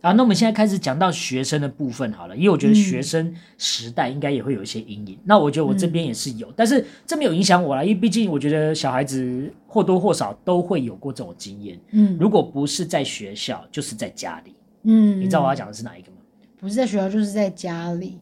Speaker 2: 啊，那我们现在开始讲到学生的部分好了，因为我觉得学生时代应该也会有一些阴影。那我觉得我这边也是有，
Speaker 1: 嗯
Speaker 2: 但是这没有影响我啦，因为毕竟我觉得小孩子或多或少都会有过这种经验。
Speaker 1: 嗯
Speaker 2: 如果不是在学校，就是在家里。
Speaker 1: 嗯，
Speaker 2: 你知道我要讲的是哪一个吗？
Speaker 1: 不是在学校就是在家里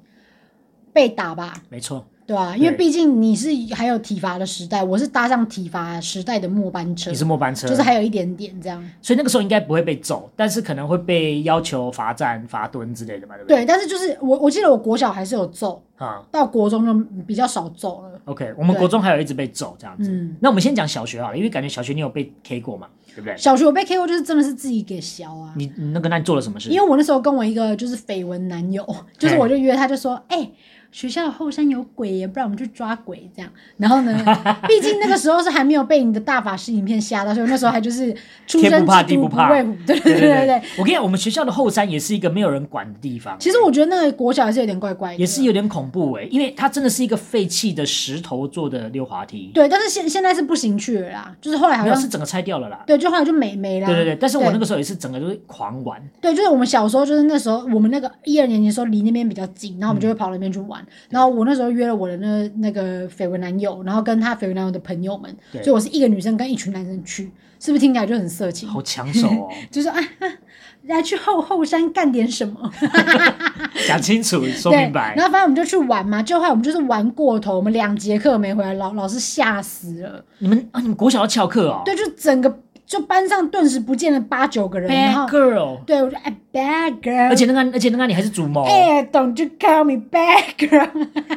Speaker 1: 被打吧，
Speaker 2: 没错，
Speaker 1: 对吧、因为
Speaker 2: 对
Speaker 1: 毕竟你是还有体罚的时代，我是搭上体罚时代的末班车
Speaker 2: 你，是末班车，
Speaker 1: 就是还有一点点这样。
Speaker 2: 所以那个时候应该不会被揍，但是可能会被要求罚站、罚蹲之类的嘛，对不对？
Speaker 1: 对，但是就是我我记得我国小还是有揍，
Speaker 2: 啊、
Speaker 1: 到国中就比较少揍了。
Speaker 2: o k 我们
Speaker 1: 对
Speaker 2: 国中还有一直被揍这样子。
Speaker 1: 嗯
Speaker 2: 那我们先讲小学好了，因为感觉小学你有被 K 过嘛，对不对？
Speaker 1: 小学我被 KO 就是真的是自己给削啊。
Speaker 2: 你你那个那你做了什么事？
Speaker 1: 因为我 *laughs* 那时候跟我一个就是绯闻男友， *laughs* 就是我就约他，就说，哎、学校后山有鬼耶，不然我们去抓鬼这样。然后呢， *laughs* 毕竟那个时候是还没有被你的大法师影片吓到，所以那时候还就是出
Speaker 2: 天
Speaker 1: 生
Speaker 2: 不怕
Speaker 1: 之
Speaker 2: 地
Speaker 1: 犊
Speaker 2: 不怕
Speaker 1: 畏虎， *laughs* 对
Speaker 2: 对
Speaker 1: 对对对。
Speaker 2: 对，我跟你讲，我们学校的后山也是一个没有人管的地方，
Speaker 1: 其实我觉得那个国小还是有点怪怪的，
Speaker 2: 也是有点恐怖哎、因为它真的是一个废弃的石头做的溜滑梯，
Speaker 1: 对，但是现现在是不行去了啦，就是后来好
Speaker 2: 没有
Speaker 1: 像
Speaker 2: 是整个拆掉了啦。
Speaker 1: 对，就后来就没没啦。
Speaker 2: 啊对对对，但是我那
Speaker 1: 对
Speaker 2: 个时候也是整个就是狂玩，
Speaker 1: 对，就是我们小时候，就是那时候我们那个一二年级的时候离那边比较近，然后我们
Speaker 2: 嗯
Speaker 1: 就会跑那边去玩。然后我那时候约了我的那那个绯闻男友，然后跟他绯闻男友的朋友们，
Speaker 2: 对
Speaker 1: 所以我是一个女生跟一群男生去。是不是听起来就很色情？
Speaker 2: 好抢
Speaker 1: *laughs*
Speaker 2: 手哦，
Speaker 1: 就是啊，来去后后山干点什么，
Speaker 2: 讲清楚，说
Speaker 1: 对，
Speaker 2: 明白
Speaker 1: 然。后反正我们就去玩嘛，就后来我们就是玩过头，我们两节课没回来，老老师吓死了。
Speaker 2: 你们啊，你们国小要翘课哦？
Speaker 1: 对，就整个就班上顿时不见了八九个人，然
Speaker 2: ，Bad
Speaker 1: 后
Speaker 2: Girl，
Speaker 1: 对我就哎 bad girl，
Speaker 2: 而且那个，而且那个你还是主谋，
Speaker 1: 哎，don't you call me bad girl，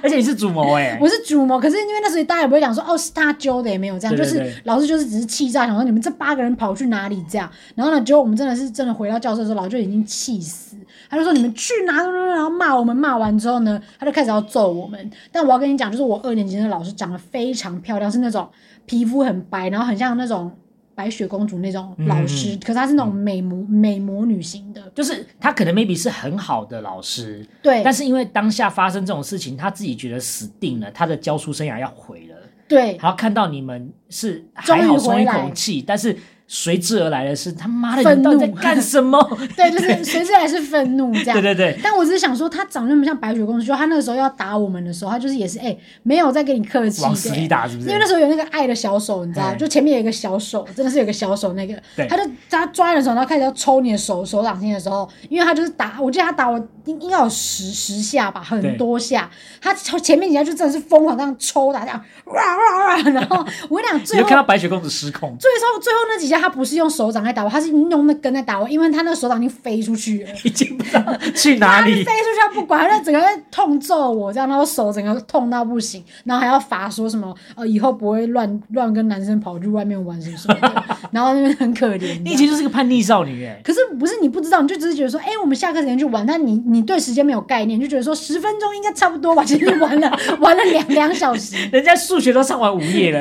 Speaker 2: 而且你是主谋哎，
Speaker 1: *laughs* 我是主谋，可是因为那时候大家也不会讲说哦是他揪的，也没有这样，
Speaker 2: 对
Speaker 1: 就
Speaker 2: 对
Speaker 1: 是老师就是只是气炸，想说你们这八个人跑去哪里这样，然后呢，结果我们真的是真的回到教室的时候，老师就已经气死，他就说你们去哪，然后骂我们，骂完之后呢，他就开始要揍我们。但我要跟你讲，就是我二年级的老师长得非常漂亮，是那种皮肤很白，然后很像那种白雪公主那
Speaker 2: 嗯
Speaker 1: 种老师，可是她是那种美魔美魔女型的，
Speaker 2: 就是他可能 maybe 是很好的老师，
Speaker 1: 对，
Speaker 2: 但是因为当下发生这种事情，他自己觉得死定了，他的教书生涯要毁了。
Speaker 1: 对。
Speaker 2: 然后看到你们是
Speaker 1: 终于
Speaker 2: 还好松一
Speaker 1: 回
Speaker 2: 口
Speaker 1: 来
Speaker 2: 气，但是随之而来的是他妈的，你
Speaker 1: 愤
Speaker 2: 们到底在
Speaker 1: 怒
Speaker 2: 干
Speaker 1: *laughs*
Speaker 2: 什么？
Speaker 1: 对，就是随之来是愤怒这样。
Speaker 2: *laughs* 对对对，
Speaker 1: 但我只是想说，他长那么像白雪公主，就他那个时候要打我们的时候，他就是也是哎、没有在跟你客气
Speaker 2: 往死里
Speaker 1: 的。
Speaker 2: 打是不
Speaker 1: 因
Speaker 2: 是？
Speaker 1: 为那时候有那个爱的小手，你知道，
Speaker 2: 嗯
Speaker 1: 就前面有一个小手，真的是有个小手那个
Speaker 2: 对，
Speaker 1: 他就他抓你的手，然后开始要抽你的手手掌心的时候，因为他就是打，我记得他打我应应该有十十下吧，
Speaker 2: 对
Speaker 1: 很多下，他前面几下就真的是疯狂这样抽打，这样哇哇哇，然后我跟你讲，
Speaker 2: 你
Speaker 1: 最
Speaker 2: 就
Speaker 1: 后
Speaker 2: 看到白雪公主失控， *laughs*
Speaker 1: 最后最后那几下，他不是用手掌在打我，他是用那根在打我，因为他那个手掌已经飞出去了。
Speaker 2: 已经不知道去
Speaker 1: 他
Speaker 2: 哪
Speaker 1: 就飞 *laughs*
Speaker 2: 里
Speaker 1: 出。去，他不管，他就整个在痛揍我，这样，然后手整个痛到不行，然后还要罚说什么，呃，以后不会乱乱跟男生跑去外面玩什么什么的， *laughs* 然后那边很可怜。这
Speaker 2: 你以
Speaker 1: 样
Speaker 2: 前就是个叛逆少女哎，
Speaker 1: 可是不是你不知道，你就只是觉得说，哎、我们下课时间去玩，但你你对时间没有概念，你就觉得说哎十分钟应该差不多吧，其实你玩了 *laughs* 玩了两两小时。 *laughs*
Speaker 2: 人家数学都上完午夜了，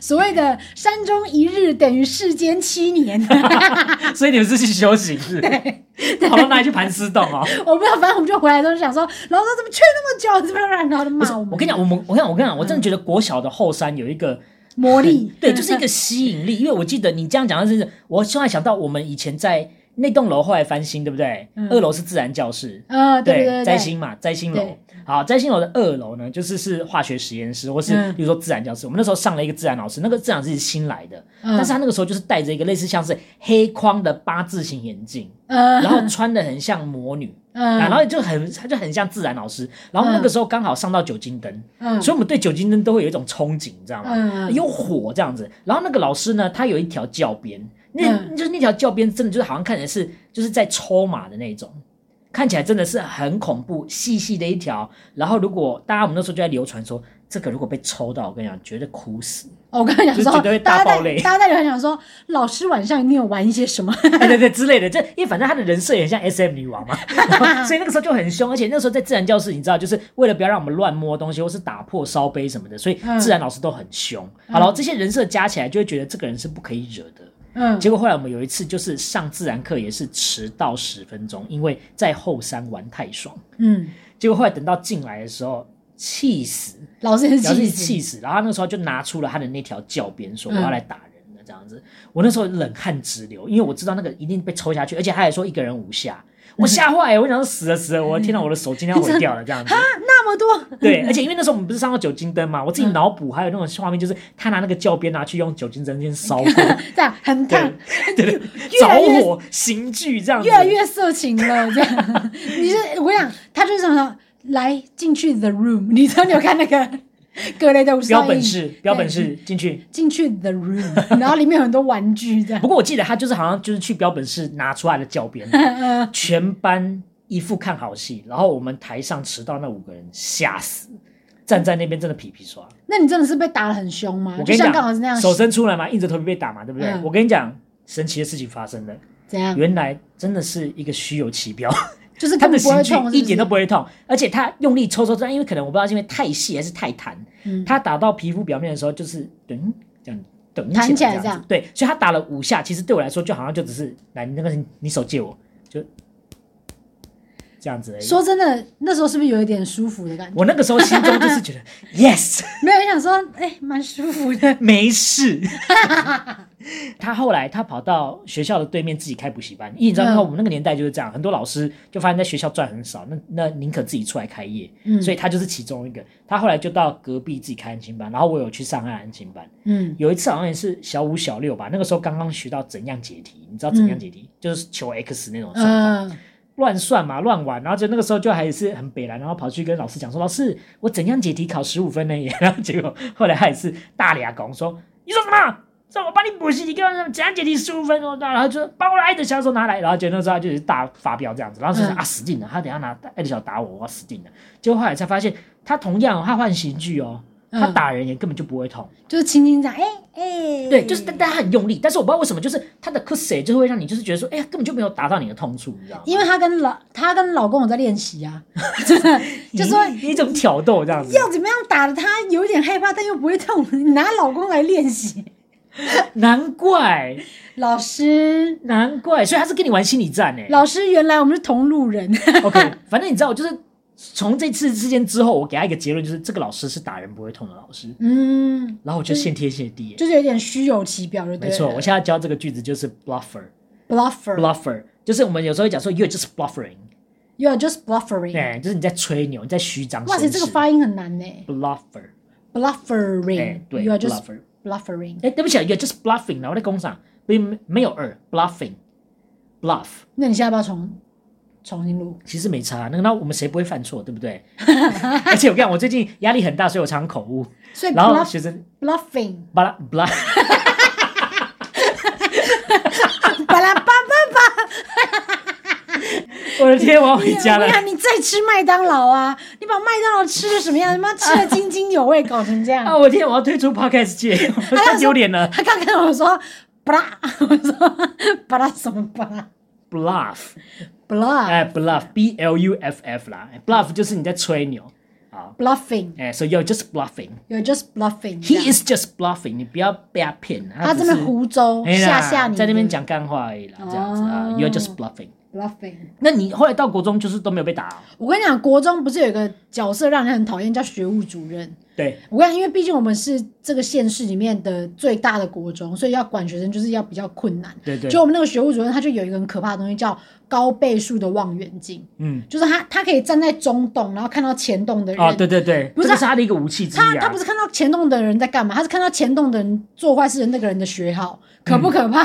Speaker 1: 所谓的山中一日等于世间七年， *laughs*
Speaker 2: *laughs* 所以你们是去修行是不是？跑到哪里去盘丝洞
Speaker 1: *laughs*
Speaker 2: 哦？
Speaker 1: 我不知道，反正我们就回来之后就想说，老师怎么去那么久，怎么然后就
Speaker 2: 不是
Speaker 1: 啊骂我们。
Speaker 2: 我跟你讲，我们我跟你讲，我跟你讲，我真的觉得国小的后山有一个
Speaker 1: 魔力嗯
Speaker 2: 对，就是一个吸引力。因为我记得你这样讲，真是我突然想到，我们以前在那栋楼后来翻新，对不对？
Speaker 1: 嗯
Speaker 2: 二楼是自然教室，
Speaker 1: 呃，对对对，
Speaker 2: 摘
Speaker 1: 对
Speaker 2: 星嘛，摘星楼
Speaker 1: 对。
Speaker 2: 好，摘星楼的二楼呢，就是是化学实验室，或是
Speaker 1: 嗯
Speaker 2: 比如说自然教室。我们那时候上了一个自然老师，那个自然老师是新来的，
Speaker 1: 嗯
Speaker 2: 但是他那个时候就是戴着一个类似像是黑框的八字形眼镜，
Speaker 1: 呃，
Speaker 2: 然后穿的很像魔女，
Speaker 1: 嗯，
Speaker 2: 啊然后就很他就很像自然老师。然后那个时候刚好上到酒精灯，
Speaker 1: 嗯
Speaker 2: 所以我们对酒精灯都会有一种憧憬，你知道吗？
Speaker 1: 嗯
Speaker 2: 有火这样子。然后那个老师呢，他有一条教鞭，那、
Speaker 1: 嗯
Speaker 2: 就是那条教鞭真的就是好像看起来是就是在抽马的那种，看起来真的是很恐怖，细细的一条。然后如果大家我们那时候就在流传说，这个如果被抽到，我跟你讲，绝对哭死。
Speaker 1: 哦我刚才想
Speaker 2: 就
Speaker 1: 说
Speaker 2: 绝对会，大
Speaker 1: 大家
Speaker 2: 爆
Speaker 1: 在
Speaker 2: 泪
Speaker 1: 大家在很想说，老师晚上一定有玩一些什
Speaker 2: *laughs*
Speaker 1: 么？
Speaker 2: 啊对对对之类的，这因为反正她的人设也很像 S M 女王嘛，所以那个时候就很凶，而且那时候在自然教室，你知道，就是为了不要让我们乱摸东西或是打破烧杯什么的，所以
Speaker 1: 嗯
Speaker 2: 自然老师都很凶。好了，这些人设加起来就会觉得这个人是不可以惹的。
Speaker 1: 嗯，
Speaker 2: 结果后来我们有一次就是上自然课也是迟到十分钟，因为在后山玩太爽。
Speaker 1: 嗯，
Speaker 2: 结果后来等到进来的时候，气死，
Speaker 1: 老师也是
Speaker 2: 然后
Speaker 1: 气
Speaker 2: 是
Speaker 1: 死，
Speaker 2: 气死，然后他那时候就拿出了他的那条教鞭，说我
Speaker 1: 嗯
Speaker 2: 要来打人了这样子。我那时候冷汗直流，因为我知道那个一定被抽下去，而且他还说一个人五下，
Speaker 1: 嗯
Speaker 2: 我吓坏了，我想说死了死了，我的天哪，我的手今天要毁掉了这
Speaker 1: 嗯
Speaker 2: 样子。
Speaker 1: 那么多，
Speaker 2: *laughs* 对，而且因为那时候我们不是上过酒精灯嘛，我自己
Speaker 1: 嗯
Speaker 2: 脑补还有那种画面，就是他拿那个教鞭拿去用酒精灯先烧过，
Speaker 1: 这样很烫， *laughs*
Speaker 2: 对对，
Speaker 1: 越来
Speaker 2: 着
Speaker 1: 越
Speaker 2: 火刑具这样子，
Speaker 1: 越来越色情了。
Speaker 2: *laughs*
Speaker 1: 这样， *laughs* 你是我跟你讲，他就是想说，来进去 the room，你知道你有看那个 *laughs* 格雷的五十
Speaker 2: 标
Speaker 1: 道
Speaker 2: 本
Speaker 1: 印
Speaker 2: 式标本式进去。
Speaker 1: 进去 the room，然后里面有很多玩具这样
Speaker 2: *laughs*
Speaker 1: 嗯
Speaker 2: 不。过我记得他就是好像就是去标本室拿出来的教鞭，全班一副看好戏，然后我们台上迟到那五个人吓死，站在那边真的皮皮刷。
Speaker 1: 那你真的是被打的很凶吗？
Speaker 2: 我
Speaker 1: 啊就
Speaker 2: 跟你
Speaker 1: 像刚好是那
Speaker 2: 讲，
Speaker 1: 样，
Speaker 2: 手伸出来嘛，硬着头皮被打嘛，对不对？
Speaker 1: 嗯
Speaker 2: 我跟你讲，神奇的事情发生了，
Speaker 1: 怎样？
Speaker 2: 原来真的是一个虚有其
Speaker 1: *laughs*
Speaker 2: 表，
Speaker 1: 就是
Speaker 2: 他
Speaker 1: 根
Speaker 2: 的
Speaker 1: 本不会
Speaker 2: 刑具
Speaker 1: 痛，
Speaker 2: 一点都
Speaker 1: 不
Speaker 2: 不会痛，而且他用力抽抽抽，因为可能我不知道是因为太细还是太弹，
Speaker 1: 嗯
Speaker 2: 他打到皮肤表面的时候就是噔这样。等
Speaker 1: 弹起来
Speaker 2: 这
Speaker 1: 这
Speaker 2: 样
Speaker 1: 样
Speaker 2: 子，对，所以他打了五下，其实对我来说就好像就只是来，你那个你你手借我，就这样子而已。
Speaker 1: 说真的，那时候是不是有一点舒服的感觉？
Speaker 2: 我那个时候心中就
Speaker 1: *laughs*
Speaker 2: 是觉得 yes，
Speaker 1: 没有，想说，哎、蛮舒服的。
Speaker 2: 没事， *laughs* 他后来他跑到学校的对面自己开补习班，因为你知道，
Speaker 1: 嗯
Speaker 2: 那我们那个年代就是这样，很多老师就发现在学校赚很少，那那宁可自己出来开业，
Speaker 1: 嗯
Speaker 2: 所以他就是其中一个。他后来就到隔壁自己开安亲班，然后我有去上海安亲班，
Speaker 1: 嗯
Speaker 2: 有一次好像也是小五小六吧，那个时候刚刚学到怎样解题，你知道怎样解题、就是求 x 那种算法。
Speaker 1: 嗯
Speaker 2: 乱算嘛，乱玩，然后就那个时候就还是很北蓝，然后跑去跟老师讲说：“老师，我怎样解题考十五分呢？”然后结果后来他也是大俩拱说：“你说什么？让我帮你补习，你跟我怎样解题十五分钟？”然后就把我的爱的小手拿来，然后结果那时候他就是大发飙这样子，然后说、
Speaker 1: 嗯
Speaker 2: 啊死定了，他等一下拿爱的小打我，我要死定了。结果后来才发现，他同样、哦、他换刑具哦，他
Speaker 1: 嗯
Speaker 2: 打人也根本就不会痛。
Speaker 1: 就是轻轻这样，哎、哎，
Speaker 2: 对，就是但但他很用力，但是我不知道为什么，就是他的 kiss 就会让你就是觉得说，哎呀，根本就没有达到你的痛处，你知道吗？
Speaker 1: 因为她跟老她跟老公有在练习啊， *laughs* 就说
Speaker 2: 一一种挑逗这样子，
Speaker 1: 要怎么样打的她有一点害怕，但又不会痛， *laughs* 你拿老公来练习。
Speaker 2: 难怪
Speaker 1: 老师，
Speaker 2: 难怪，所以他是跟你玩心理战哎、
Speaker 1: 老师，原来我们是同路人。 *laughs*
Speaker 2: 嗯 OK，反正你知道，就是从这次事件之后，我给他一个结论，就是这个老师是打人不会痛的老师，
Speaker 1: 嗯，
Speaker 2: 然后我就谢天谢地、欸。
Speaker 1: 就是有点虚有其表，就对
Speaker 2: 没
Speaker 1: 了。
Speaker 2: 错，我现在教这个句子就是 bluffer，bluffer，
Speaker 1: bluffer，
Speaker 2: 就是我们有时候会讲说 you're just bluffering，
Speaker 1: you are just bluffering。
Speaker 2: 对，就是你在吹牛，你在虚张
Speaker 1: 嗯哇
Speaker 2: 声势。
Speaker 1: 塞，这个发音很难呢。
Speaker 2: bluffer，哎
Speaker 1: Bluffering，
Speaker 2: 对
Speaker 1: you are just
Speaker 2: bluffer
Speaker 1: bluffering。
Speaker 2: 哎，对不起啊，you're just bluffing，然后在工厂不没有二 bluffing，bluff
Speaker 1: 那你现在要不要重重新录？
Speaker 2: 其实没差，啊那那我们谁不会犯错，对不对？ *laughs* 而且我跟你讲，我最近压力很大，所以我常口
Speaker 1: *laughs*
Speaker 2: 误。
Speaker 1: 所以
Speaker 2: 然后
Speaker 1: bluff
Speaker 2: 学生
Speaker 1: bluffing，
Speaker 2: 巴拉巴拉， *laughs*
Speaker 1: 巴拉巴巴巴。
Speaker 2: 我的天，我要回家了
Speaker 1: 对。呀，你再吃麦当劳啊！你把麦当劳吃的什么样？他妈吃的津津有味，搞成这样。
Speaker 2: 啊，我的天，我要退出 podcast 界， *laughs* 我
Speaker 1: 他
Speaker 2: 太
Speaker 1: 说
Speaker 2: 丢脸了。
Speaker 1: 他刚刚我说巴拉，我说巴拉什么巴拉
Speaker 2: bluff，
Speaker 1: 巴拉
Speaker 2: 哎，bluff，b l u f f 啦哎，bluff 就是你在吹牛。好，
Speaker 1: bluffing，you're
Speaker 2: 哎，so you're just bluffing。
Speaker 1: just bluffing 这样。
Speaker 2: He is just bluffing，你不要被他骗。
Speaker 1: 他
Speaker 2: 只
Speaker 1: 这边
Speaker 2: 是
Speaker 1: 胡诌
Speaker 2: 哎
Speaker 1: 吓
Speaker 2: 啦
Speaker 1: 吓你，
Speaker 2: 在那边
Speaker 1: 对
Speaker 2: 讲干话而已啦，这样子啊
Speaker 1: 哦
Speaker 2: ，you're just bluffing。
Speaker 1: 不对 bluffing。
Speaker 2: 那你后来到国中就是都没有被打哦？
Speaker 1: 我跟你讲，国中不是有一个角色让人很讨厌，叫学务主任。
Speaker 2: 对，
Speaker 1: 我跟你讲，因为毕竟我们是这个县市里面的最大的国中，所以要管学生就是要比较困难。
Speaker 2: 对对
Speaker 1: 就我们那个学务主任，他就有一个很可怕的东西，叫高倍数的望远镜，
Speaker 2: 嗯，
Speaker 1: 就是他他可以站在中洞，然后看到前洞的人。
Speaker 2: 哦，对对对，
Speaker 1: 不是啊
Speaker 2: 这个是他的一个武器之
Speaker 1: 他
Speaker 2: 一
Speaker 1: 他
Speaker 2: 啊
Speaker 1: 不。是看到前洞的人在干嘛，他是看到前洞的人做坏事的那个人的学号，可不可
Speaker 2: *laughs*
Speaker 1: 怕？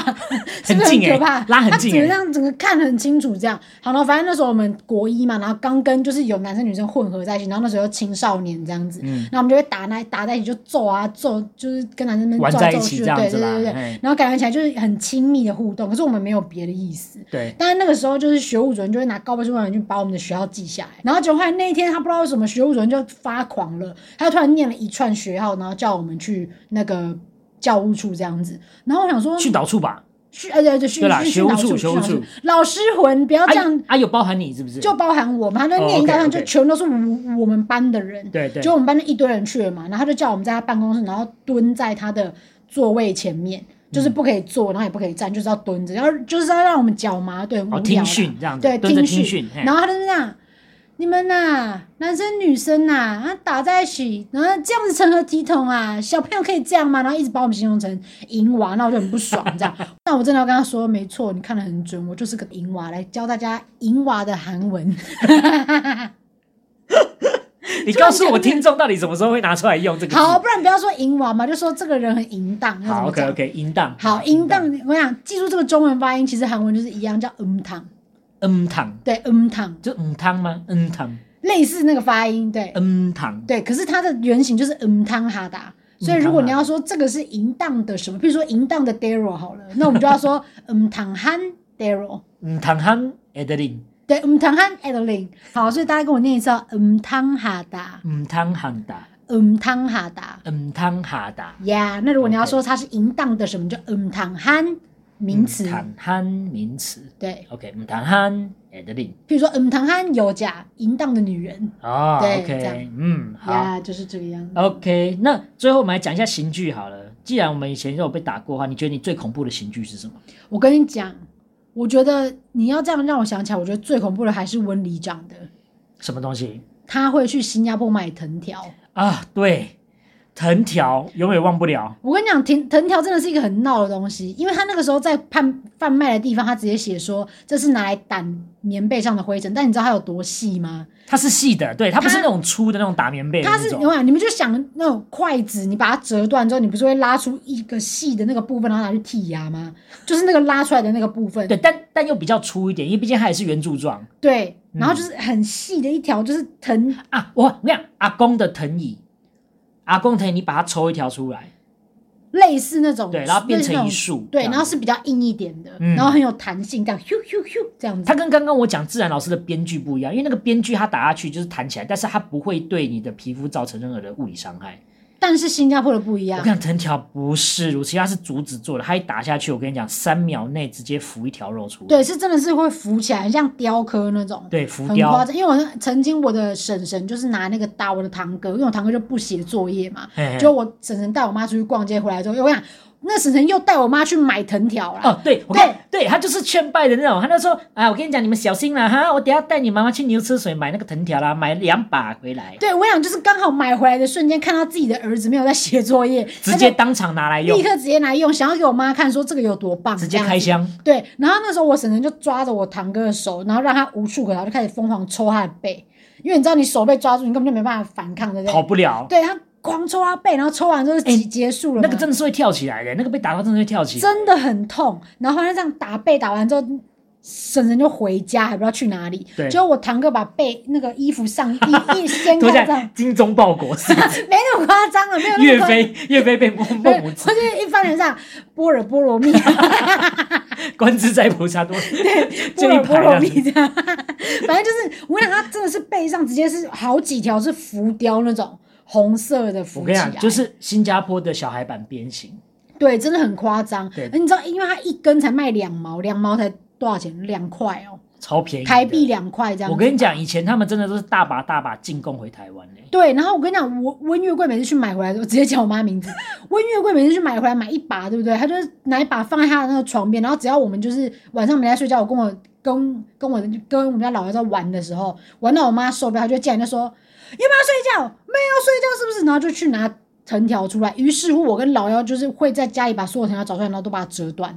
Speaker 1: 是不是
Speaker 2: 嗯很近欸
Speaker 1: 可怕？
Speaker 2: 拉很
Speaker 1: 他
Speaker 2: 近
Speaker 1: 整个
Speaker 2: 欸
Speaker 1: 这样整个看得很清楚，这样。好了，反正那时候我们国一嘛，然后刚跟就是有男生女生混合在一起，然后那时候又青少年这样子，
Speaker 2: 嗯
Speaker 1: 然后我们就会打那打在一起就揍啊揍，就是跟男生们
Speaker 2: 玩
Speaker 1: 揍
Speaker 2: 在
Speaker 1: 来
Speaker 2: 一
Speaker 1: 揍
Speaker 2: 起
Speaker 1: 去，
Speaker 2: 这
Speaker 1: 对
Speaker 2: 样
Speaker 1: 对
Speaker 2: 子啦啊
Speaker 1: 对对
Speaker 2: 嘿
Speaker 1: 对，然后感觉起来就是很亲密的互动，可是我们没有别的意思。
Speaker 2: 对，
Speaker 1: 但是那个时候就是学务主任就会拿高倍数望远镜把我们的学校记下来，然后结果后来那一天他不知道为什么学务主任就发狂了，他就突然念了一串学号，然后叫我们去那个教务处这样子，然后我想说
Speaker 2: 训导处吧，
Speaker 1: 去呃对对去
Speaker 2: 对啦
Speaker 1: 去
Speaker 2: 学务
Speaker 1: 哪
Speaker 2: 处
Speaker 1: 处
Speaker 2: 学务
Speaker 1: 去哪
Speaker 2: 处
Speaker 1: 老师魂不要
Speaker 2: 啊
Speaker 1: 这样，
Speaker 2: 啊，有包含你是不是？
Speaker 1: 就包含我们，他就
Speaker 2: 哦
Speaker 1: 念一大串，
Speaker 2: ，OK，OK
Speaker 1: 就全都是我我们班的人，
Speaker 2: 对对
Speaker 1: 就我们班就一堆人去了嘛，然后他就叫我们在他办公室，然后蹲在他的座位前面。
Speaker 2: 嗯
Speaker 1: 就是不可以坐，然后也不可以站，就是要蹲着，然后就是要让我们脚麻，对，无
Speaker 2: 哦，
Speaker 1: 聊
Speaker 2: 听
Speaker 1: 啦
Speaker 2: 训这样子，
Speaker 1: 对，
Speaker 2: 蹲着听
Speaker 1: 训，
Speaker 2: 嘿
Speaker 1: 然后他就是这样，你们呐、男生女生呐、啊，打在一起，然后这样子成何体统啊？小朋友可以这样吗？然后一直把我们形容成淫娃，那我就很不爽，这
Speaker 2: *laughs*
Speaker 1: 样。那我真的要跟他说，没错，你看得很准，我就是个淫娃，来教大家淫娃的韩
Speaker 2: *laughs*
Speaker 1: 文。
Speaker 2: 你告诉我听众到底什么时候会拿出来用这个字？
Speaker 1: 好，不然不要说淫娃嘛，就说这个人很淫荡，要怎
Speaker 2: 好嗯
Speaker 1: 么
Speaker 2: ，OK
Speaker 1: 讲？
Speaker 2: OK，淫荡，
Speaker 1: 好，淫荡，我想记住这个中文发音，其实韩文就是一样，叫嗯汤，
Speaker 2: 嗯汤，
Speaker 1: 对，嗯汤，
Speaker 2: 就嗯汤吗？嗯汤，
Speaker 1: 类似那个发音，对，
Speaker 2: 嗯汤，
Speaker 1: 对，可是它的原型就是嗯汤哈达，所以如果你要说这个是淫荡的什么，比如说淫荡的 Daryl 好了，那我们就要 *laughs* 说嗯汤汉 Daryl，
Speaker 2: 嗯汤汉 e d l i n
Speaker 1: 对，嗯汤汉 Adeline。好，所以大家跟我念一次哦，嗯汤哈达，
Speaker 2: 嗯汤汉达，
Speaker 1: 嗯汤哈达
Speaker 2: 嗯汤哈达，
Speaker 1: ，Yeah。那如果你要说它是淫荡的什么，就嗯汤汉名词，
Speaker 2: 汤嗯汉名词
Speaker 1: 对，
Speaker 2: ，OK，嗯汤汉 e d l i n
Speaker 1: 譬如说嗯汤汉有甲，淫荡的女人
Speaker 2: 哦
Speaker 1: 对这
Speaker 2: ，OK，
Speaker 1: 样
Speaker 2: 嗯，好。
Speaker 1: ，Yeah，就是这个样子。
Speaker 2: OK，那最后我们来讲一下刑具好了。既然我们以前都有被打过的话，你觉得你最恐怖的刑具是什么？
Speaker 1: 我跟你讲，我觉得你要这样让我想起来，我觉得最恐怖的还是温里长的。
Speaker 2: 什么东西
Speaker 1: 他会去新加坡买藤条，
Speaker 2: 啊？对，藤条永远忘不了。
Speaker 1: 我跟你讲，藤藤条真的是一个很闹的东西，因为他那个时候在贩贩卖的地方，他直接写说这是拿来掸棉被上的灰尘，但你知道它有多细吗？
Speaker 2: 它是细的，对，它不是
Speaker 1: 它
Speaker 2: 那种粗的那种打棉被的
Speaker 1: 它
Speaker 2: 那
Speaker 1: 是
Speaker 2: 种。
Speaker 1: 有啊，你们就想那种筷子，你把它折断之后，你不是会拉出一个细的那个部分，然后拿去剔牙吗？就是那个拉出来的那个部分，
Speaker 2: 对，但但又比较粗一点，因为毕竟它也是圆柱状
Speaker 1: 对，
Speaker 2: 嗯
Speaker 1: 然后就是很细的一条，就是藤
Speaker 2: 啊。我我跟你讲，阿公的藤椅，阿公藤椅，你把它抽一条出来，
Speaker 1: 类似那种，
Speaker 2: 对，然后变
Speaker 1: 哦类似那
Speaker 2: 成
Speaker 1: 种
Speaker 2: 一束，
Speaker 1: 对，
Speaker 2: 这样
Speaker 1: 然后是比较硬一点的，
Speaker 2: 嗯
Speaker 1: 然后很有弹性，这样咻咻咻这样子
Speaker 2: 它。跟刚刚我讲自然老师的编剧不一样，因为那个编剧它打下去就是弹起来，但是它不会对你的皮肤造成任何的物理伤害。
Speaker 1: 但是新加坡的不一
Speaker 2: 我
Speaker 1: 样，
Speaker 2: 看藤条不是如此，它是竹子做的，它一打下去，我跟你讲，三秒内直接浮一条肉出来，
Speaker 1: 对，是真的是会浮起来，像雕刻那种。
Speaker 2: 对，浮
Speaker 1: 很夸
Speaker 2: 雕，
Speaker 1: 张，因为我曾经我的婶婶就是拿那个打我的堂哥，因为我堂哥就不写作业嘛，
Speaker 2: 嘿嘿
Speaker 1: 就我婶婶带我妈出去逛街回来之后，因为我想那婶婶又带我妈去买藤条啦。
Speaker 2: 哦，对，我看，对他就是劝败的那种，他就说，啊，我跟你讲，你们小心啦，哈，我等一下带你妈妈去牛车水买那个藤条啦，买两把回来，
Speaker 1: 对，我想就是刚好买回来的瞬间，看到自己的儿子没有在写作业，
Speaker 2: 直接当场拿来
Speaker 1: 他就
Speaker 2: 用
Speaker 1: 立，刻直接拿来用，想要给我妈看说这个有多棒，
Speaker 2: 直接
Speaker 1: 这样子
Speaker 2: 开箱，
Speaker 1: 对，然后那时候我婶婶就抓着我堂哥的手，然后让他无处可逃，就开始疯狂抽他的背，因为你知道你手被抓住，你根本就没办法反抗，对不
Speaker 2: 跑
Speaker 1: 对？
Speaker 2: 不了，
Speaker 1: 对他狂抽他背，然后抽完之后就结结束了嘛、
Speaker 2: 哎那个真的是会跳起来的，那个被打到真的会跳起来，
Speaker 1: 真的很痛，然后他就这样打背打完之后。婶婶就回家，还不知道去哪里。
Speaker 2: 对
Speaker 1: 结果我堂哥把背那个衣服上衣一掀
Speaker 2: 脱
Speaker 1: 开，
Speaker 2: 下
Speaker 1: 这样
Speaker 2: 来精忠报
Speaker 1: *laughs*
Speaker 2: 国，是不是
Speaker 1: 没那么夸张啊，没有那么
Speaker 2: 岳
Speaker 1: 夸张。
Speaker 2: 飞，岳飞被孟
Speaker 1: 对
Speaker 2: 孟
Speaker 1: 我
Speaker 2: 母
Speaker 1: 就
Speaker 2: 子 *laughs*
Speaker 1: 是一般人这样，般若波罗蜜，
Speaker 2: 观自在菩萨多，
Speaker 1: 波
Speaker 2: *laughs* 这一
Speaker 1: 罗波
Speaker 2: 排
Speaker 1: 罗
Speaker 2: 这样
Speaker 1: 蜜
Speaker 2: 子
Speaker 1: 这样，反正就是我跟你讲，他真的是背上直接是好几条是浮雕那种红色的
Speaker 2: 我
Speaker 1: 浮
Speaker 2: 跟
Speaker 1: 起
Speaker 2: 你
Speaker 1: 来
Speaker 2: 讲，，就是新加坡的小孩版鞭刑，
Speaker 1: 对，真的很夸张。
Speaker 2: 对
Speaker 1: 而你知道，因为它一根才卖两毛，两毛才多少钱？两块哦，
Speaker 2: 超便宜的，
Speaker 1: 台币两块这样子。
Speaker 2: 我跟你讲，以前他们真的都是大把大把进贡回台湾嘞、
Speaker 1: 对，然后我跟你讲，我温月桂每次去买回来的时候，直接讲我妈名字。温月桂每次去买回来买一把，对不对？她就是拿一把放在她的那个床边，然后只要我们就是晚上没在睡觉，我跟我跟跟我的跟我们家老幺在玩的时候，玩到我妈受不了，她就进来就说：“要不要睡觉？没有要睡觉是不是？”然后就去拿藤条出来。于是乎，我跟老幺就是会在家里把所有藤条找出来，然后都把它折
Speaker 2: *laughs*
Speaker 1: 断，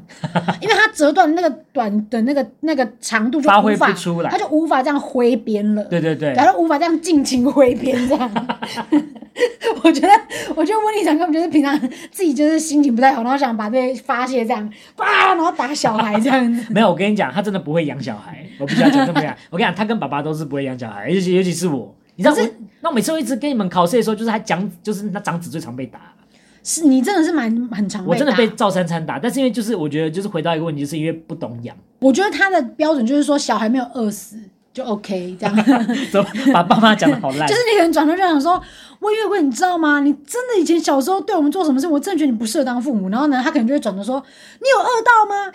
Speaker 1: 因为它折断那个短的那个那个长度就
Speaker 2: 发
Speaker 1: 无
Speaker 2: 挥不
Speaker 1: 法
Speaker 2: 出来
Speaker 1: 它就无法这样挥边了。
Speaker 2: 对对对，。
Speaker 1: 然后无法这样尽情挥鞭这样。 *laughs* 我觉得，我觉得温丽长根本就是平常自己就是心情不太好，然后想把这些发泄这样，啪，然后打小孩这样子
Speaker 2: *laughs* 没有，我跟你讲，他真的不会养小孩，我必须要讲这么
Speaker 1: *laughs*
Speaker 2: 讲。我跟你讲，他跟爸爸都是不会养小孩，尤其尤其是我，你知道
Speaker 1: 可
Speaker 2: 我
Speaker 1: 是，
Speaker 2: 那我每次会一直跟你们考试的时候，就是他讲，就是他长子最常被打，
Speaker 1: 是你真的是蛮很常
Speaker 2: 我真的
Speaker 1: 打
Speaker 2: 被赵珊珊打，但是因为就是我觉得就是回到一个问题，就是因为不懂养， *laughs*
Speaker 1: 我觉得他的标准就是说小孩没有饿死就 OK
Speaker 2: *laughs*
Speaker 1: 这样，就
Speaker 2: 怎么把爸妈讲的好烂，
Speaker 1: 是你可能转头就想说，温月桂，你知道吗？你真的以前小时候对我们做什么事，我真的觉得你不适合当父母。然后呢，他可能就会转头说，你有饿到吗？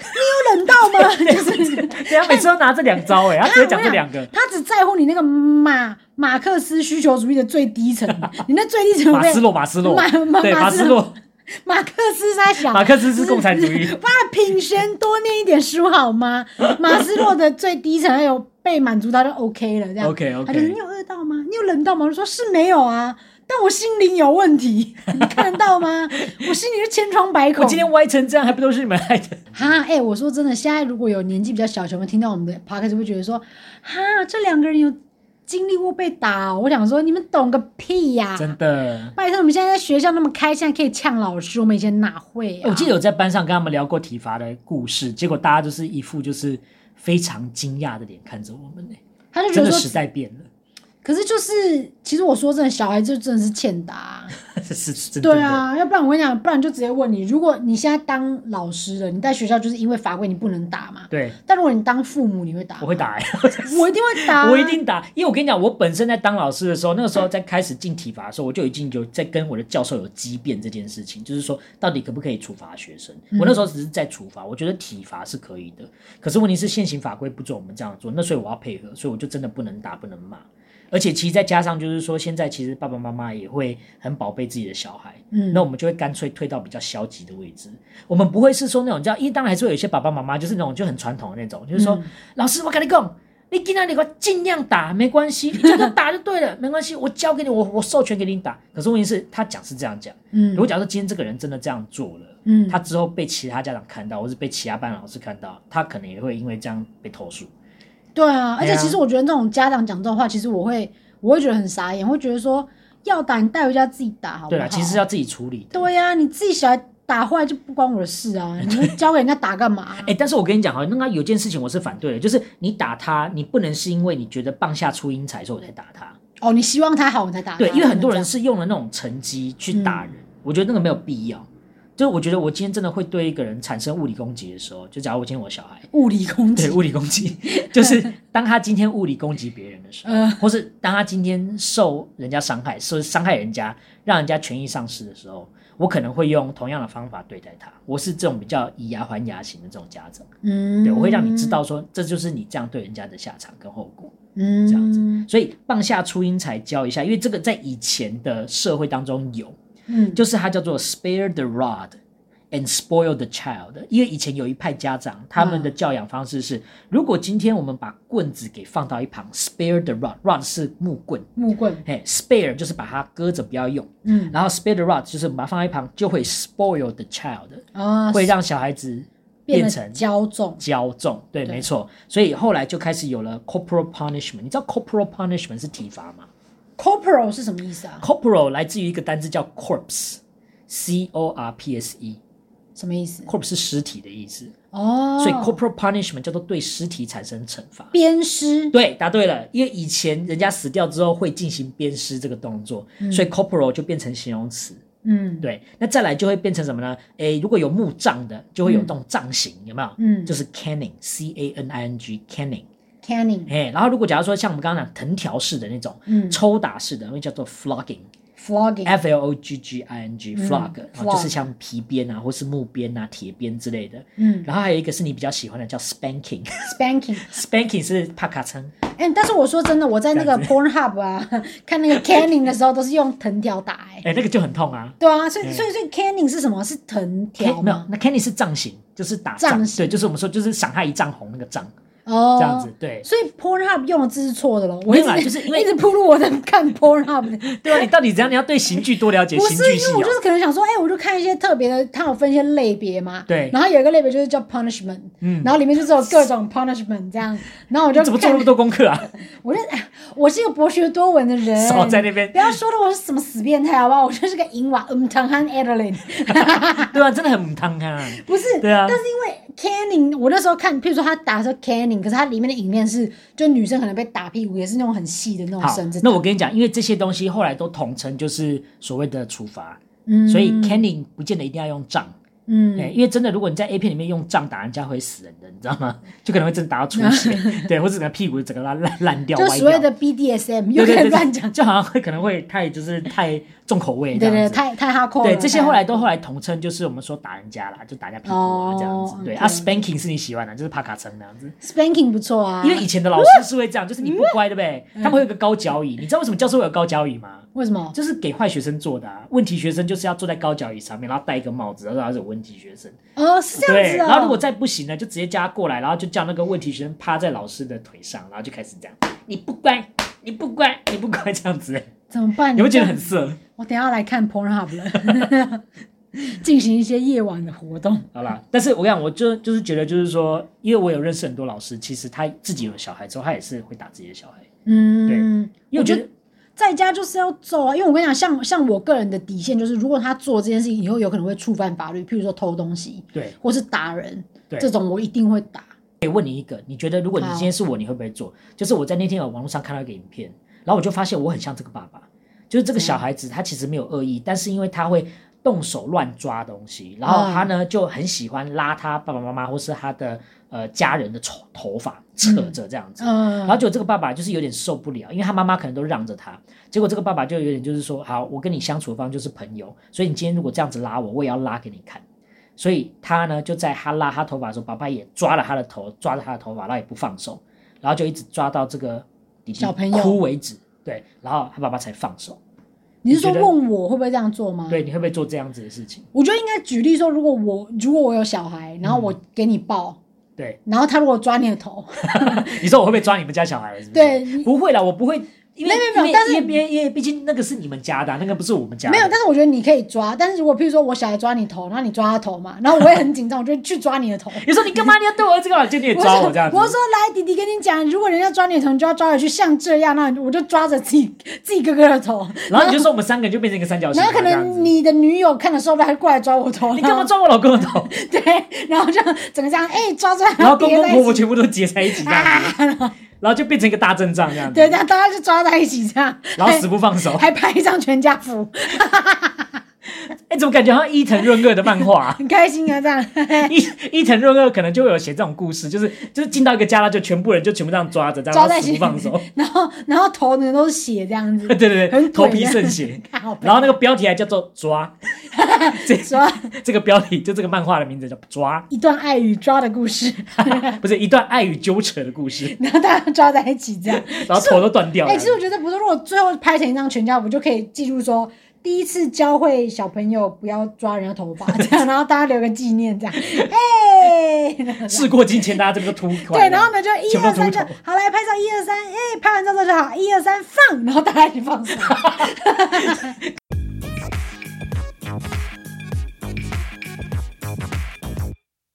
Speaker 1: 你有冷到吗？ *laughs* 就是。
Speaker 2: 对啊他每次都拿这两招哎、他只会讲这两
Speaker 1: *laughs*
Speaker 2: 个。
Speaker 1: 他只在乎你那个马马克思需求主义的最低
Speaker 2: *laughs*
Speaker 1: 层，你那最低层
Speaker 2: 马
Speaker 1: 被
Speaker 2: 斯洛，马斯
Speaker 1: *laughs*
Speaker 2: 洛
Speaker 1: 马马，
Speaker 2: 对，
Speaker 1: 马
Speaker 2: 马
Speaker 1: 斯
Speaker 2: 斯
Speaker 1: 洛
Speaker 2: 洛，
Speaker 1: 马克思在想，
Speaker 2: 马克思是共产主
Speaker 1: *laughs*
Speaker 2: 义
Speaker 1: 爸，品贤多念一点书好
Speaker 2: *laughs*
Speaker 1: 吗？马斯洛的最低层还有被满足到就 OK 了，这样
Speaker 2: OK，OK
Speaker 1: 他就是你有饿到吗？你有冷到吗？我就说是没有啊，但我心灵有问题， *laughs* 你看得到吗？我心里是千疮百孔。
Speaker 2: 我今天歪成这样，还不都是你们害
Speaker 1: *laughs*
Speaker 2: 的？
Speaker 1: 哈，哎、我说真的，现在如果有年纪比较小的小朋友听到我们的 podcast，会觉得说，哈，这两个人有经历过被打哦、我想说，你们懂个屁呀、
Speaker 2: 真的，
Speaker 1: 拜托，我们现在在学校那么开，现在可以呛老师，我们以前哪会啊？
Speaker 2: 哦我记得有在班上跟他们聊过体罚的故事，结果大家就是一副就是非常惊讶的脸看着我们呢、
Speaker 1: 他就觉
Speaker 2: 真
Speaker 1: 得
Speaker 2: 的时
Speaker 1: 说，
Speaker 2: 代变了， *laughs*
Speaker 1: 可是就是，其实我说真的，小孩就真的是欠打啊、
Speaker 2: 是是真的。
Speaker 1: 对，啊，要不然我跟你讲，不然就直接问你，如果你现在当老师了，你在学校就是因为法规你不能打嘛，
Speaker 2: 对，
Speaker 1: 但如果你当父母，你会打？
Speaker 2: 我会，打、欸， *laughs*
Speaker 1: 我一定会打啊、
Speaker 2: 我一定打，因为我跟你讲，我本身在当老师的时候，那个时候在开始进体罚的时候，我就已经有在跟我的教授有激辩这件事情，就是说到底可不可以处罚学生。我那时候只是在处罚，我觉得体罚是可以的，可是问题是现行法规不准我们这样做，那所以我要配合，所以我就真的不能打，不能骂。而且其实再加上就是说，现在其实爸爸妈妈也会很宝贝自己的小孩，
Speaker 1: 嗯
Speaker 2: 那我们就会干脆退到比较消极的位置。我们不
Speaker 1: 嗯
Speaker 2: 会是说那种叫，因为当然还是会有一些爸爸妈妈就是那种就很传统的那种，就是说、老师我跟你讲，你你今天你给我尽量打，没关系，你就给我打就对了，没关系，我交给你，我我授权给你打。可是问题是，他讲是这样讲，
Speaker 1: 嗯
Speaker 2: 如果假如说今天这个人真的这样做了，
Speaker 1: 嗯，
Speaker 2: 他之后被其他家长看到，或是被其他班老师看到，他可能也会因为这样被投诉。
Speaker 1: 对啊，而
Speaker 2: 对
Speaker 1: 且
Speaker 2: 啊
Speaker 1: 其实我觉得那种家长讲这种话，其实我会我会觉得很傻眼，会觉得说要打你带回家自己打好不好？
Speaker 2: 对啊啦，其实要自己处理的。
Speaker 1: 对呀、你自己小孩打坏就不关我的事
Speaker 2: *laughs*
Speaker 1: 啊，你们交给人家打干嘛、
Speaker 2: 哎、但是我跟你讲哈，那个有件事情我是反对的，就是你打他，你不能是因为你觉得棒下出英才，所以我才打他。
Speaker 1: 哦，你希望他好，你才打他。
Speaker 2: 对，因为很多
Speaker 1: 不能
Speaker 2: 人是用了那种成绩去打
Speaker 1: 嗯
Speaker 2: 人，我觉得那个没有必要。就是我觉得我今天真的会对一个人产生物理攻击的时候，就假如我今天我小
Speaker 1: *laughs*
Speaker 2: 孩
Speaker 1: 这样物理攻
Speaker 2: 对
Speaker 1: 击，
Speaker 2: 物理攻击， *laughs* 就是当他今天物理攻击别人的时候，
Speaker 1: 嗯
Speaker 2: 或是当他今天受人家伤害，受伤害人家，让人家权益丧失的时候，我可能会用同样的方法对待他。我是这种比较以牙还牙型的这种家长，
Speaker 1: 嗯，
Speaker 2: 对我会让你知，道说，这就是你这样对人家的下场跟后果。
Speaker 1: 嗯，
Speaker 2: 这样子所以棒下初音才教一下，因为这个在以前的社会当中有，
Speaker 1: 嗯，
Speaker 2: 就是它叫做 spare the rod and spoil the child。因为以前有一派家长，他们的教养方式是，如果今天我们把棍子给放到一旁，spare the rod，rod 是木棍，
Speaker 1: 木棍，
Speaker 2: 嘿，spare 就是把它搁着不要用，
Speaker 1: 嗯
Speaker 2: 然后 spare the rod 就是把它放在一旁，就会 spoil the child，
Speaker 1: 啊，
Speaker 2: 会让小孩子变
Speaker 1: 变
Speaker 2: 成
Speaker 1: 得骄纵，
Speaker 2: 骄纵，对，
Speaker 1: 对
Speaker 2: 没错。所以后来就开始有了 corporal punishment。你知道 corporal punishment 是体罚吗
Speaker 1: Corporal 是什么意思啊？
Speaker 2: ？corporal 来自于一个单字叫 corpse，c o r p s e，corpse
Speaker 1: 什么意思？
Speaker 2: 是尸体的意思，
Speaker 1: 哦，
Speaker 2: 所以 corporal punishment 叫做对尸体产生惩罚。
Speaker 1: 鞭尸，
Speaker 2: 对，答对了，因为以前人家死掉之后会进行鞭尸这个动作，所以 corporal 就变成形容词。
Speaker 1: 嗯，
Speaker 2: 对，那再来就会变成什么呢？诶，如果有墓葬的，就会有这种杖刑，有没有？
Speaker 1: 嗯
Speaker 2: 就是 caning，c a n i n g，caning。
Speaker 1: ，canning，
Speaker 2: 哎，然后如果假如说像我们刚刚讲藤条式的那种，
Speaker 1: 嗯
Speaker 2: 抽打式的，会叫做 flogging，f
Speaker 1: ，flogging，
Speaker 2: l o g g i n
Speaker 1: 嗯
Speaker 2: g，flog，、然后就是像皮鞭啊，或是木鞭啊、铁鞭之类的。
Speaker 1: 嗯
Speaker 2: 然后还有一个是你比较喜欢的叫 *laughs* spanking，spanking
Speaker 1: ，spanking，
Speaker 2: 是帕卡称，
Speaker 1: 哎、但是我说真的，我在那个
Speaker 2: 这
Speaker 1: Pornhub 啊， *laughs* 看那个 canning 的时候，都是用藤条打、哎，
Speaker 2: 哎，那个就很
Speaker 1: *laughs*
Speaker 2: 痛啊。
Speaker 1: 对啊，所以
Speaker 2: 嗯
Speaker 1: 所以所以 canning 是什么？是藤
Speaker 2: Ken-
Speaker 1: 条
Speaker 2: 哎没有
Speaker 1: 吗？，
Speaker 2: 那 Kenny 是杖刑，就是打
Speaker 1: 杖
Speaker 2: 杖，
Speaker 1: 刑
Speaker 2: 对，就是我们说就是赏他一丈红那个杖，
Speaker 1: 哦，
Speaker 2: 这样子，。对。
Speaker 1: 所以 Pornhub 用的字是错的咯，我
Speaker 2: 没
Speaker 1: 一
Speaker 2: 有啦啊
Speaker 1: 直
Speaker 2: 就是因
Speaker 1: *laughs*
Speaker 2: 为
Speaker 1: 一直铺路我在看 Pornhub 的，
Speaker 2: 对啊，你到底怎样？你要对刑具多了解
Speaker 1: 不
Speaker 2: 刑
Speaker 1: 是
Speaker 2: 具
Speaker 1: 因
Speaker 2: 系
Speaker 1: 为我就是
Speaker 2: 哦。
Speaker 1: 可能想说，哎、我就看一些特别的，它有分一些类别嘛，
Speaker 2: 对
Speaker 1: 然后有一个类别就是叫 punishment，
Speaker 2: 嗯
Speaker 1: 然后里面就是有各种 punishment 这样，然后我就
Speaker 2: 你怎么做
Speaker 1: 看
Speaker 2: 那么多功课啊？
Speaker 1: 我这哎我是一个博学多闻的人，
Speaker 2: 少在那边
Speaker 1: 不要说了我是什么死变态好不好？我就是个淫娃，嗯，唐汉 Adeline，
Speaker 2: 对啊，真的很母汤
Speaker 1: *laughs*
Speaker 2: 啊。
Speaker 1: 不是，
Speaker 2: 对啊
Speaker 1: 但是因为 Canning，我那时候看，譬如说他打的时候 Canning，可是它里面的影片是，就女生可能被打屁股，也是那种很细的那种
Speaker 2: 好
Speaker 1: 绳子，，
Speaker 2: 那我跟你讲，因为这些东西后来都统称就是所谓的处罚，
Speaker 1: 嗯
Speaker 2: 所以 caning 不见得一定要用杖。
Speaker 1: 嗯，
Speaker 2: 哎，因为真的，如果你在 A 片里面用杖打人家会死人的，你知道吗？就可能会真的打到出血， *laughs* 对，或者整个屁股整个烂烂烂掉、
Speaker 1: 嗯就
Speaker 2: 歪
Speaker 1: 所谓
Speaker 2: 掉。
Speaker 1: 的 BDSM，又
Speaker 2: 对
Speaker 1: 可
Speaker 2: 对
Speaker 1: 以
Speaker 2: 对，
Speaker 1: 乱讲，
Speaker 2: 就好像会可能会太就是太重口味
Speaker 1: 对
Speaker 2: 这
Speaker 1: 对
Speaker 2: 样
Speaker 1: 对，
Speaker 2: 子。
Speaker 1: 太太 hardcore 了。
Speaker 2: 对，这些后来都后
Speaker 1: 来
Speaker 2: 来统称就是我们说打人家啦，就打人家屁股啊
Speaker 1: 哦
Speaker 2: 这样子。对
Speaker 1: OK
Speaker 2: 啊，spanking 是你喜欢的，就是帕卡层那样子。
Speaker 1: spanking 不错啊，
Speaker 2: 因为以前的老师是会这样，就是你不乖，对不对？他们会有个高脚椅，你知道为什么教授会有高脚椅吗？
Speaker 1: 为什么？
Speaker 2: 就是给坏学生做的、啊。问题学生就是要坐在高脚椅上面，然后戴一个帽子，然后他是问题学生。
Speaker 1: 哦，是这样
Speaker 2: 对，
Speaker 1: 子哦。
Speaker 2: 然后如果再不行呢，就直接叫他过来，然后就叫那个问题学生趴在老师的腿上，然后就开始这样，你不乖，你不乖，你不乖，这样子，
Speaker 1: 怎么办？
Speaker 2: 你会觉
Speaker 1: 这
Speaker 2: 得
Speaker 1: 样
Speaker 2: 很色。
Speaker 1: 我等一下来看 Pornhub 了， *laughs* 进行一些夜晚的活动。
Speaker 2: 好啦，但是我跟你讲，我就就是觉得，就是说，因为我有认识很多老师，其实他自己有小孩之后，他也是会打自己的小孩，
Speaker 1: 嗯，
Speaker 2: 因为
Speaker 1: 我觉
Speaker 2: 觉得
Speaker 1: 得在家就是要揍啊，因为我跟你讲，像像我个人的底线就是，如果他做这件事情以后有可能会触犯法律，譬如说偷东西
Speaker 2: 对。
Speaker 1: 或是打人，
Speaker 2: 对
Speaker 1: 这种我一定会打。
Speaker 2: 可以问你一个，你觉得如果你今天是我，你会不会做？就是我在那天有网络上看到一个影片，然后我就发现我很像这个爸爸，就是这个小孩子他其实没有恶意，但是因为他会动手乱抓东西，然后他呢就很喜欢拉他爸爸妈妈或是他的呃家人的头头发扯着这样子。
Speaker 1: 嗯
Speaker 2: 然后就这个爸爸就是有点受不了，因为他妈妈可能都让着他，结果这个爸爸就有点就是说，好，我跟你相处的方式就是朋友，所以你今天如果这样子拉我，我也要拉给你看。所以他呢就在他拉他头发的时候，爸爸也抓了他的头，抓着他的头发，然后也不放手，然后就一直抓到这个弟弟
Speaker 1: 小朋友
Speaker 2: 哭为止，对，然后他爸爸才放手。
Speaker 1: 你是说
Speaker 2: 你觉得
Speaker 1: 问我会不会这样做吗？
Speaker 2: 对，你会不会做这样子的事情？
Speaker 1: 我觉得应该举例说，如果我如果我有小孩，然后我给你抱，
Speaker 2: 对，
Speaker 1: 然后他如果抓你的头，
Speaker 2: 你说我会不会抓你们家小孩？是不是
Speaker 1: 对你
Speaker 2: 不会啦，我不会，因为
Speaker 1: 没有没有
Speaker 2: 因为
Speaker 1: 但是
Speaker 2: 因为因为毕竟那个是你们家的啊、那个不是我们家的。
Speaker 1: 没有，但是我觉得你可以抓。但是如果譬如说我小孩抓你头，然后你抓他头嘛，然后我也很紧张，我就去抓你的头。
Speaker 2: 你说你干嘛？你要对我儿子干嘛？就你也
Speaker 1: 我
Speaker 2: *laughs* 抓
Speaker 1: 说
Speaker 2: 我这样子。
Speaker 1: 我说来，弟弟跟你讲，如果人家抓你的头，你就要抓回去，像这样，那我就抓着自己自己哥哥的头。
Speaker 2: 然后你就说我们三个人就变成一个三角形
Speaker 1: 然
Speaker 2: 嘛，
Speaker 1: 后可
Speaker 2: 这样子
Speaker 1: 能你的女友看的时候，还过来抓我头，
Speaker 2: 你
Speaker 1: 然后
Speaker 2: 干
Speaker 1: *laughs*
Speaker 2: 嘛抓我老公的头？
Speaker 1: 对，然后就整个这样，哎、抓抓，
Speaker 2: 然后公
Speaker 1: 叠
Speaker 2: 公
Speaker 1: 在一
Speaker 2: 婆婆
Speaker 1: 起
Speaker 2: 全部都结在一起这样子，
Speaker 1: *laughs* 啊，
Speaker 2: 然后就变成一个大阵仗这样子，
Speaker 1: 对，大家就抓在一起这样，
Speaker 2: 然后死不放手。
Speaker 1: 还拍一张全家福，
Speaker 2: 哎，怎么感觉好像伊藤润二的漫
Speaker 1: *laughs*
Speaker 2: 画啊？
Speaker 1: 很开心啊，这样。
Speaker 2: 伊伊藤润二可能就会有写这种故事，就是就是进到一个家，他就全部人就全部这样抓着，这样
Speaker 1: 抓
Speaker 2: 然
Speaker 1: 在
Speaker 2: 后
Speaker 1: 一
Speaker 2: 死
Speaker 1: 起
Speaker 2: 不
Speaker 1: *laughs*
Speaker 2: 放手。
Speaker 1: 然后然后头呢都是血这样子
Speaker 2: *laughs* 对，对
Speaker 1: 很
Speaker 2: 对，
Speaker 1: 鬼
Speaker 2: 头皮
Speaker 1: 的
Speaker 2: 渗血。
Speaker 1: 看 *laughs* 好悲
Speaker 2: 然后那个标题还叫做
Speaker 1: *laughs*
Speaker 2: “抓
Speaker 1: 抓
Speaker 2: 这个标题就这个漫画的名字叫“抓
Speaker 1: 一段爱与抓的故事，”， *laughs*
Speaker 2: 不是一段爱与纠扯的故事，
Speaker 1: 然后大家抓在一起这样。
Speaker 2: 然后头都断掉
Speaker 1: 哎、
Speaker 2: 了。
Speaker 1: 其实我觉得不是，如果最后拍成一张全家福，就可以记住说。第一次教会小朋友不要抓人家头发，这
Speaker 2: *laughs*
Speaker 1: 样，然后大家留个纪念，这样，哎、 *laughs*
Speaker 2: 事过境迁，大家这个都秃
Speaker 1: 对，
Speaker 2: 快。
Speaker 1: 然后呢就一
Speaker 2: 全部
Speaker 1: 二
Speaker 2: 都
Speaker 1: 三
Speaker 2: 秃
Speaker 1: 就
Speaker 2: 头
Speaker 1: 好来拍照，一二三，哎，拍完照之后就好，一二三放，然后大家一起放松。
Speaker 2: *laughs*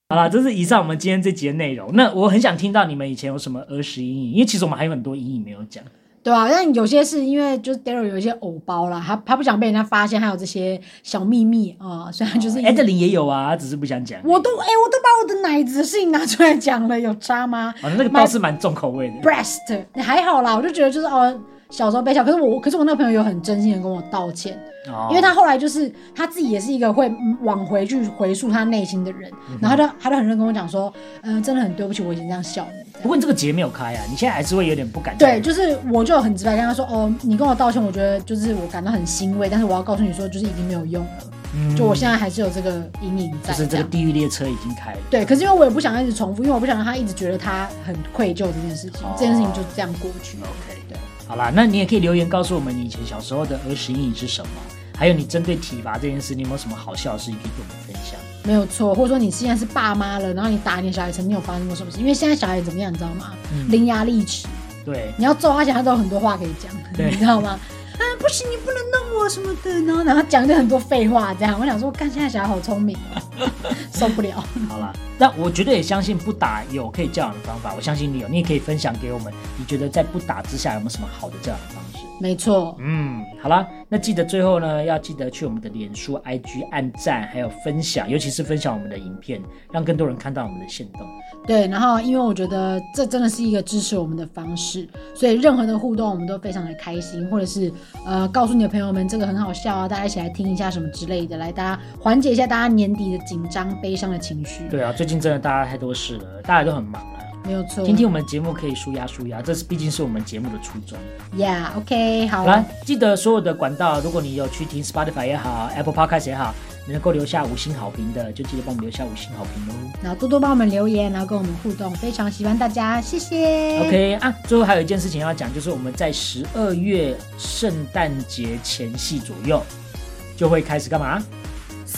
Speaker 2: 好啦，这是以上我们今天这集的内容。那我很想听到你们以前有什么儿时阴影，因为其实我们还有很多阴影没有讲。
Speaker 1: 对啊，但有些是因为就是 Daryl 有一些偶包啦，他他不想被人家发现，还有这些小秘密啊、所以他就是一直、
Speaker 2: 艾德琳也有啊，只是不想讲。
Speaker 1: 我都哎、我都把我的奶子的事情拿出来讲了，有渣吗
Speaker 2: 哦，那个倒是蛮重口味的。
Speaker 1: ？Breast 还好啦，我就觉得就是哦，小时候被笑，可是我可是我那个朋友有很真心的跟我道歉，
Speaker 2: 哦
Speaker 1: 因为他后来就是他自己也是一个会往回去回溯他内心的人，
Speaker 2: 嗯
Speaker 1: 然后他就他就很认真跟我讲说，嗯、真的很对不起，我以前这样笑你。
Speaker 2: 不过你这个结没有开啊，你现在还是会有点不敢。
Speaker 1: 对，，就是我就很直白跟他说，哦，你跟我道歉，我觉得就是我感到很欣慰，但是我要告诉你说，就是已经没有用了，
Speaker 2: 嗯
Speaker 1: 就我现在还是有这个阴影在。
Speaker 2: 就是这
Speaker 1: 样
Speaker 2: 个地狱列车已经开了。
Speaker 1: 对，可是因为我也不想一直重复，因为我不想让他一直觉得他很愧疚这件事情，
Speaker 2: 哦
Speaker 1: 这件事情就这样过去。
Speaker 2: OK，对，好啦，那你也可以留言告诉我们你以前小时候的儿时阴影是什么，还有你针对体罚这件事，你有没有什么好笑的事情可以跟我们分享？
Speaker 1: 没有错，或者说你现在是爸妈了，然后你打你的小孩，曾经有发生过什么事？因为现在小孩怎么样，你知道吗？
Speaker 2: 嗯
Speaker 1: 伶牙俐齿，
Speaker 2: 对，
Speaker 1: 你要揍他，前他都有很多话可以讲，
Speaker 2: 对
Speaker 1: 你知道吗？啊，不行，你不能弄我什么的，然后然后讲就很多废话，这样我想说，看现在小孩好聪明哦，受不
Speaker 2: *laughs*
Speaker 1: 了。
Speaker 2: 好啦，那我绝对也相信不打有可以教养的方法，我相信你有，你也可以分享给我们，你觉得在不打之下有没有什么好的教养方式？
Speaker 1: 没错，
Speaker 2: 嗯，好啦，那记得最后呢，要记得去我们的脸书、IG 按赞，还有分享，尤其是分享我们的影片，让更多人看到我们的行动。
Speaker 1: 对，然后因为我觉得这真的是一个支持我们的方式，所以任何的互动我们都非常的开心，或者是呃告诉你的朋友们这个很好笑啊，大家一起来听一下什么之类的，来大家缓解一下大家年底的紧张、悲伤的情绪。，
Speaker 2: 对啊，最近真的大家太多事了，大家都很忙啊。
Speaker 1: 没有错。
Speaker 2: 听听我们的节目可以舒压舒压，这是毕竟是我们节目的初衷。
Speaker 1: ，Yeah，OK，、好
Speaker 2: 好啊啦，记得所有的管道，如果你有去听 Spotify 也好，Apple Podcast 也好，你能够留下五星好评的，就记得帮我们留下五星好评哦。
Speaker 1: 然后多多帮我们留言，然后跟我们互动，非常喜欢大家，谢谢。
Speaker 2: OK 啊，最后还有一件事情要讲，就是我们在十二月圣诞节前夕左右就会开始干嘛？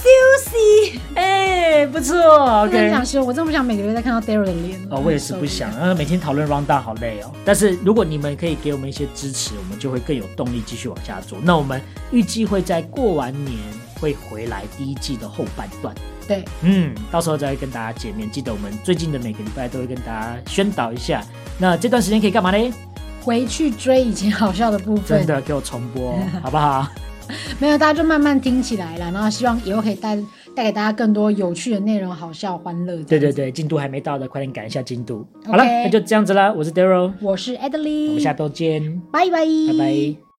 Speaker 1: Lucy，
Speaker 2: 哎、不错
Speaker 1: 我真的很
Speaker 2: ，OK
Speaker 1: 想。说，我真的不想每个月再看到 Daryl 的脸了
Speaker 2: 哦，我也是不想，。呃，每天讨论 round down 好累哦。但是如果你们可以给我们一些支持，我们就会更有动力继续往下做。那我们预计会在过完年会回来第一季的后半段，
Speaker 1: 对，
Speaker 2: 嗯，到时候再跟大家见面。记得我们最近的每个礼拜都会跟大家宣导一下。那这段时间可以干嘛呢？
Speaker 1: 回去追以前好笑的部分。
Speaker 2: 真的给我重播，好不好？
Speaker 1: 没有，大家就慢慢听起来了，然后希望以后可以带带给大家更多有趣的内容，好笑欢乐。
Speaker 2: 对对，对，进度还没到的，快点赶一下进度。好
Speaker 1: OK
Speaker 2: 了，那就这样子啦。我是 Daryl，
Speaker 1: 我是 Adeline，
Speaker 2: 我们下周见，
Speaker 1: 拜拜，
Speaker 2: 拜拜。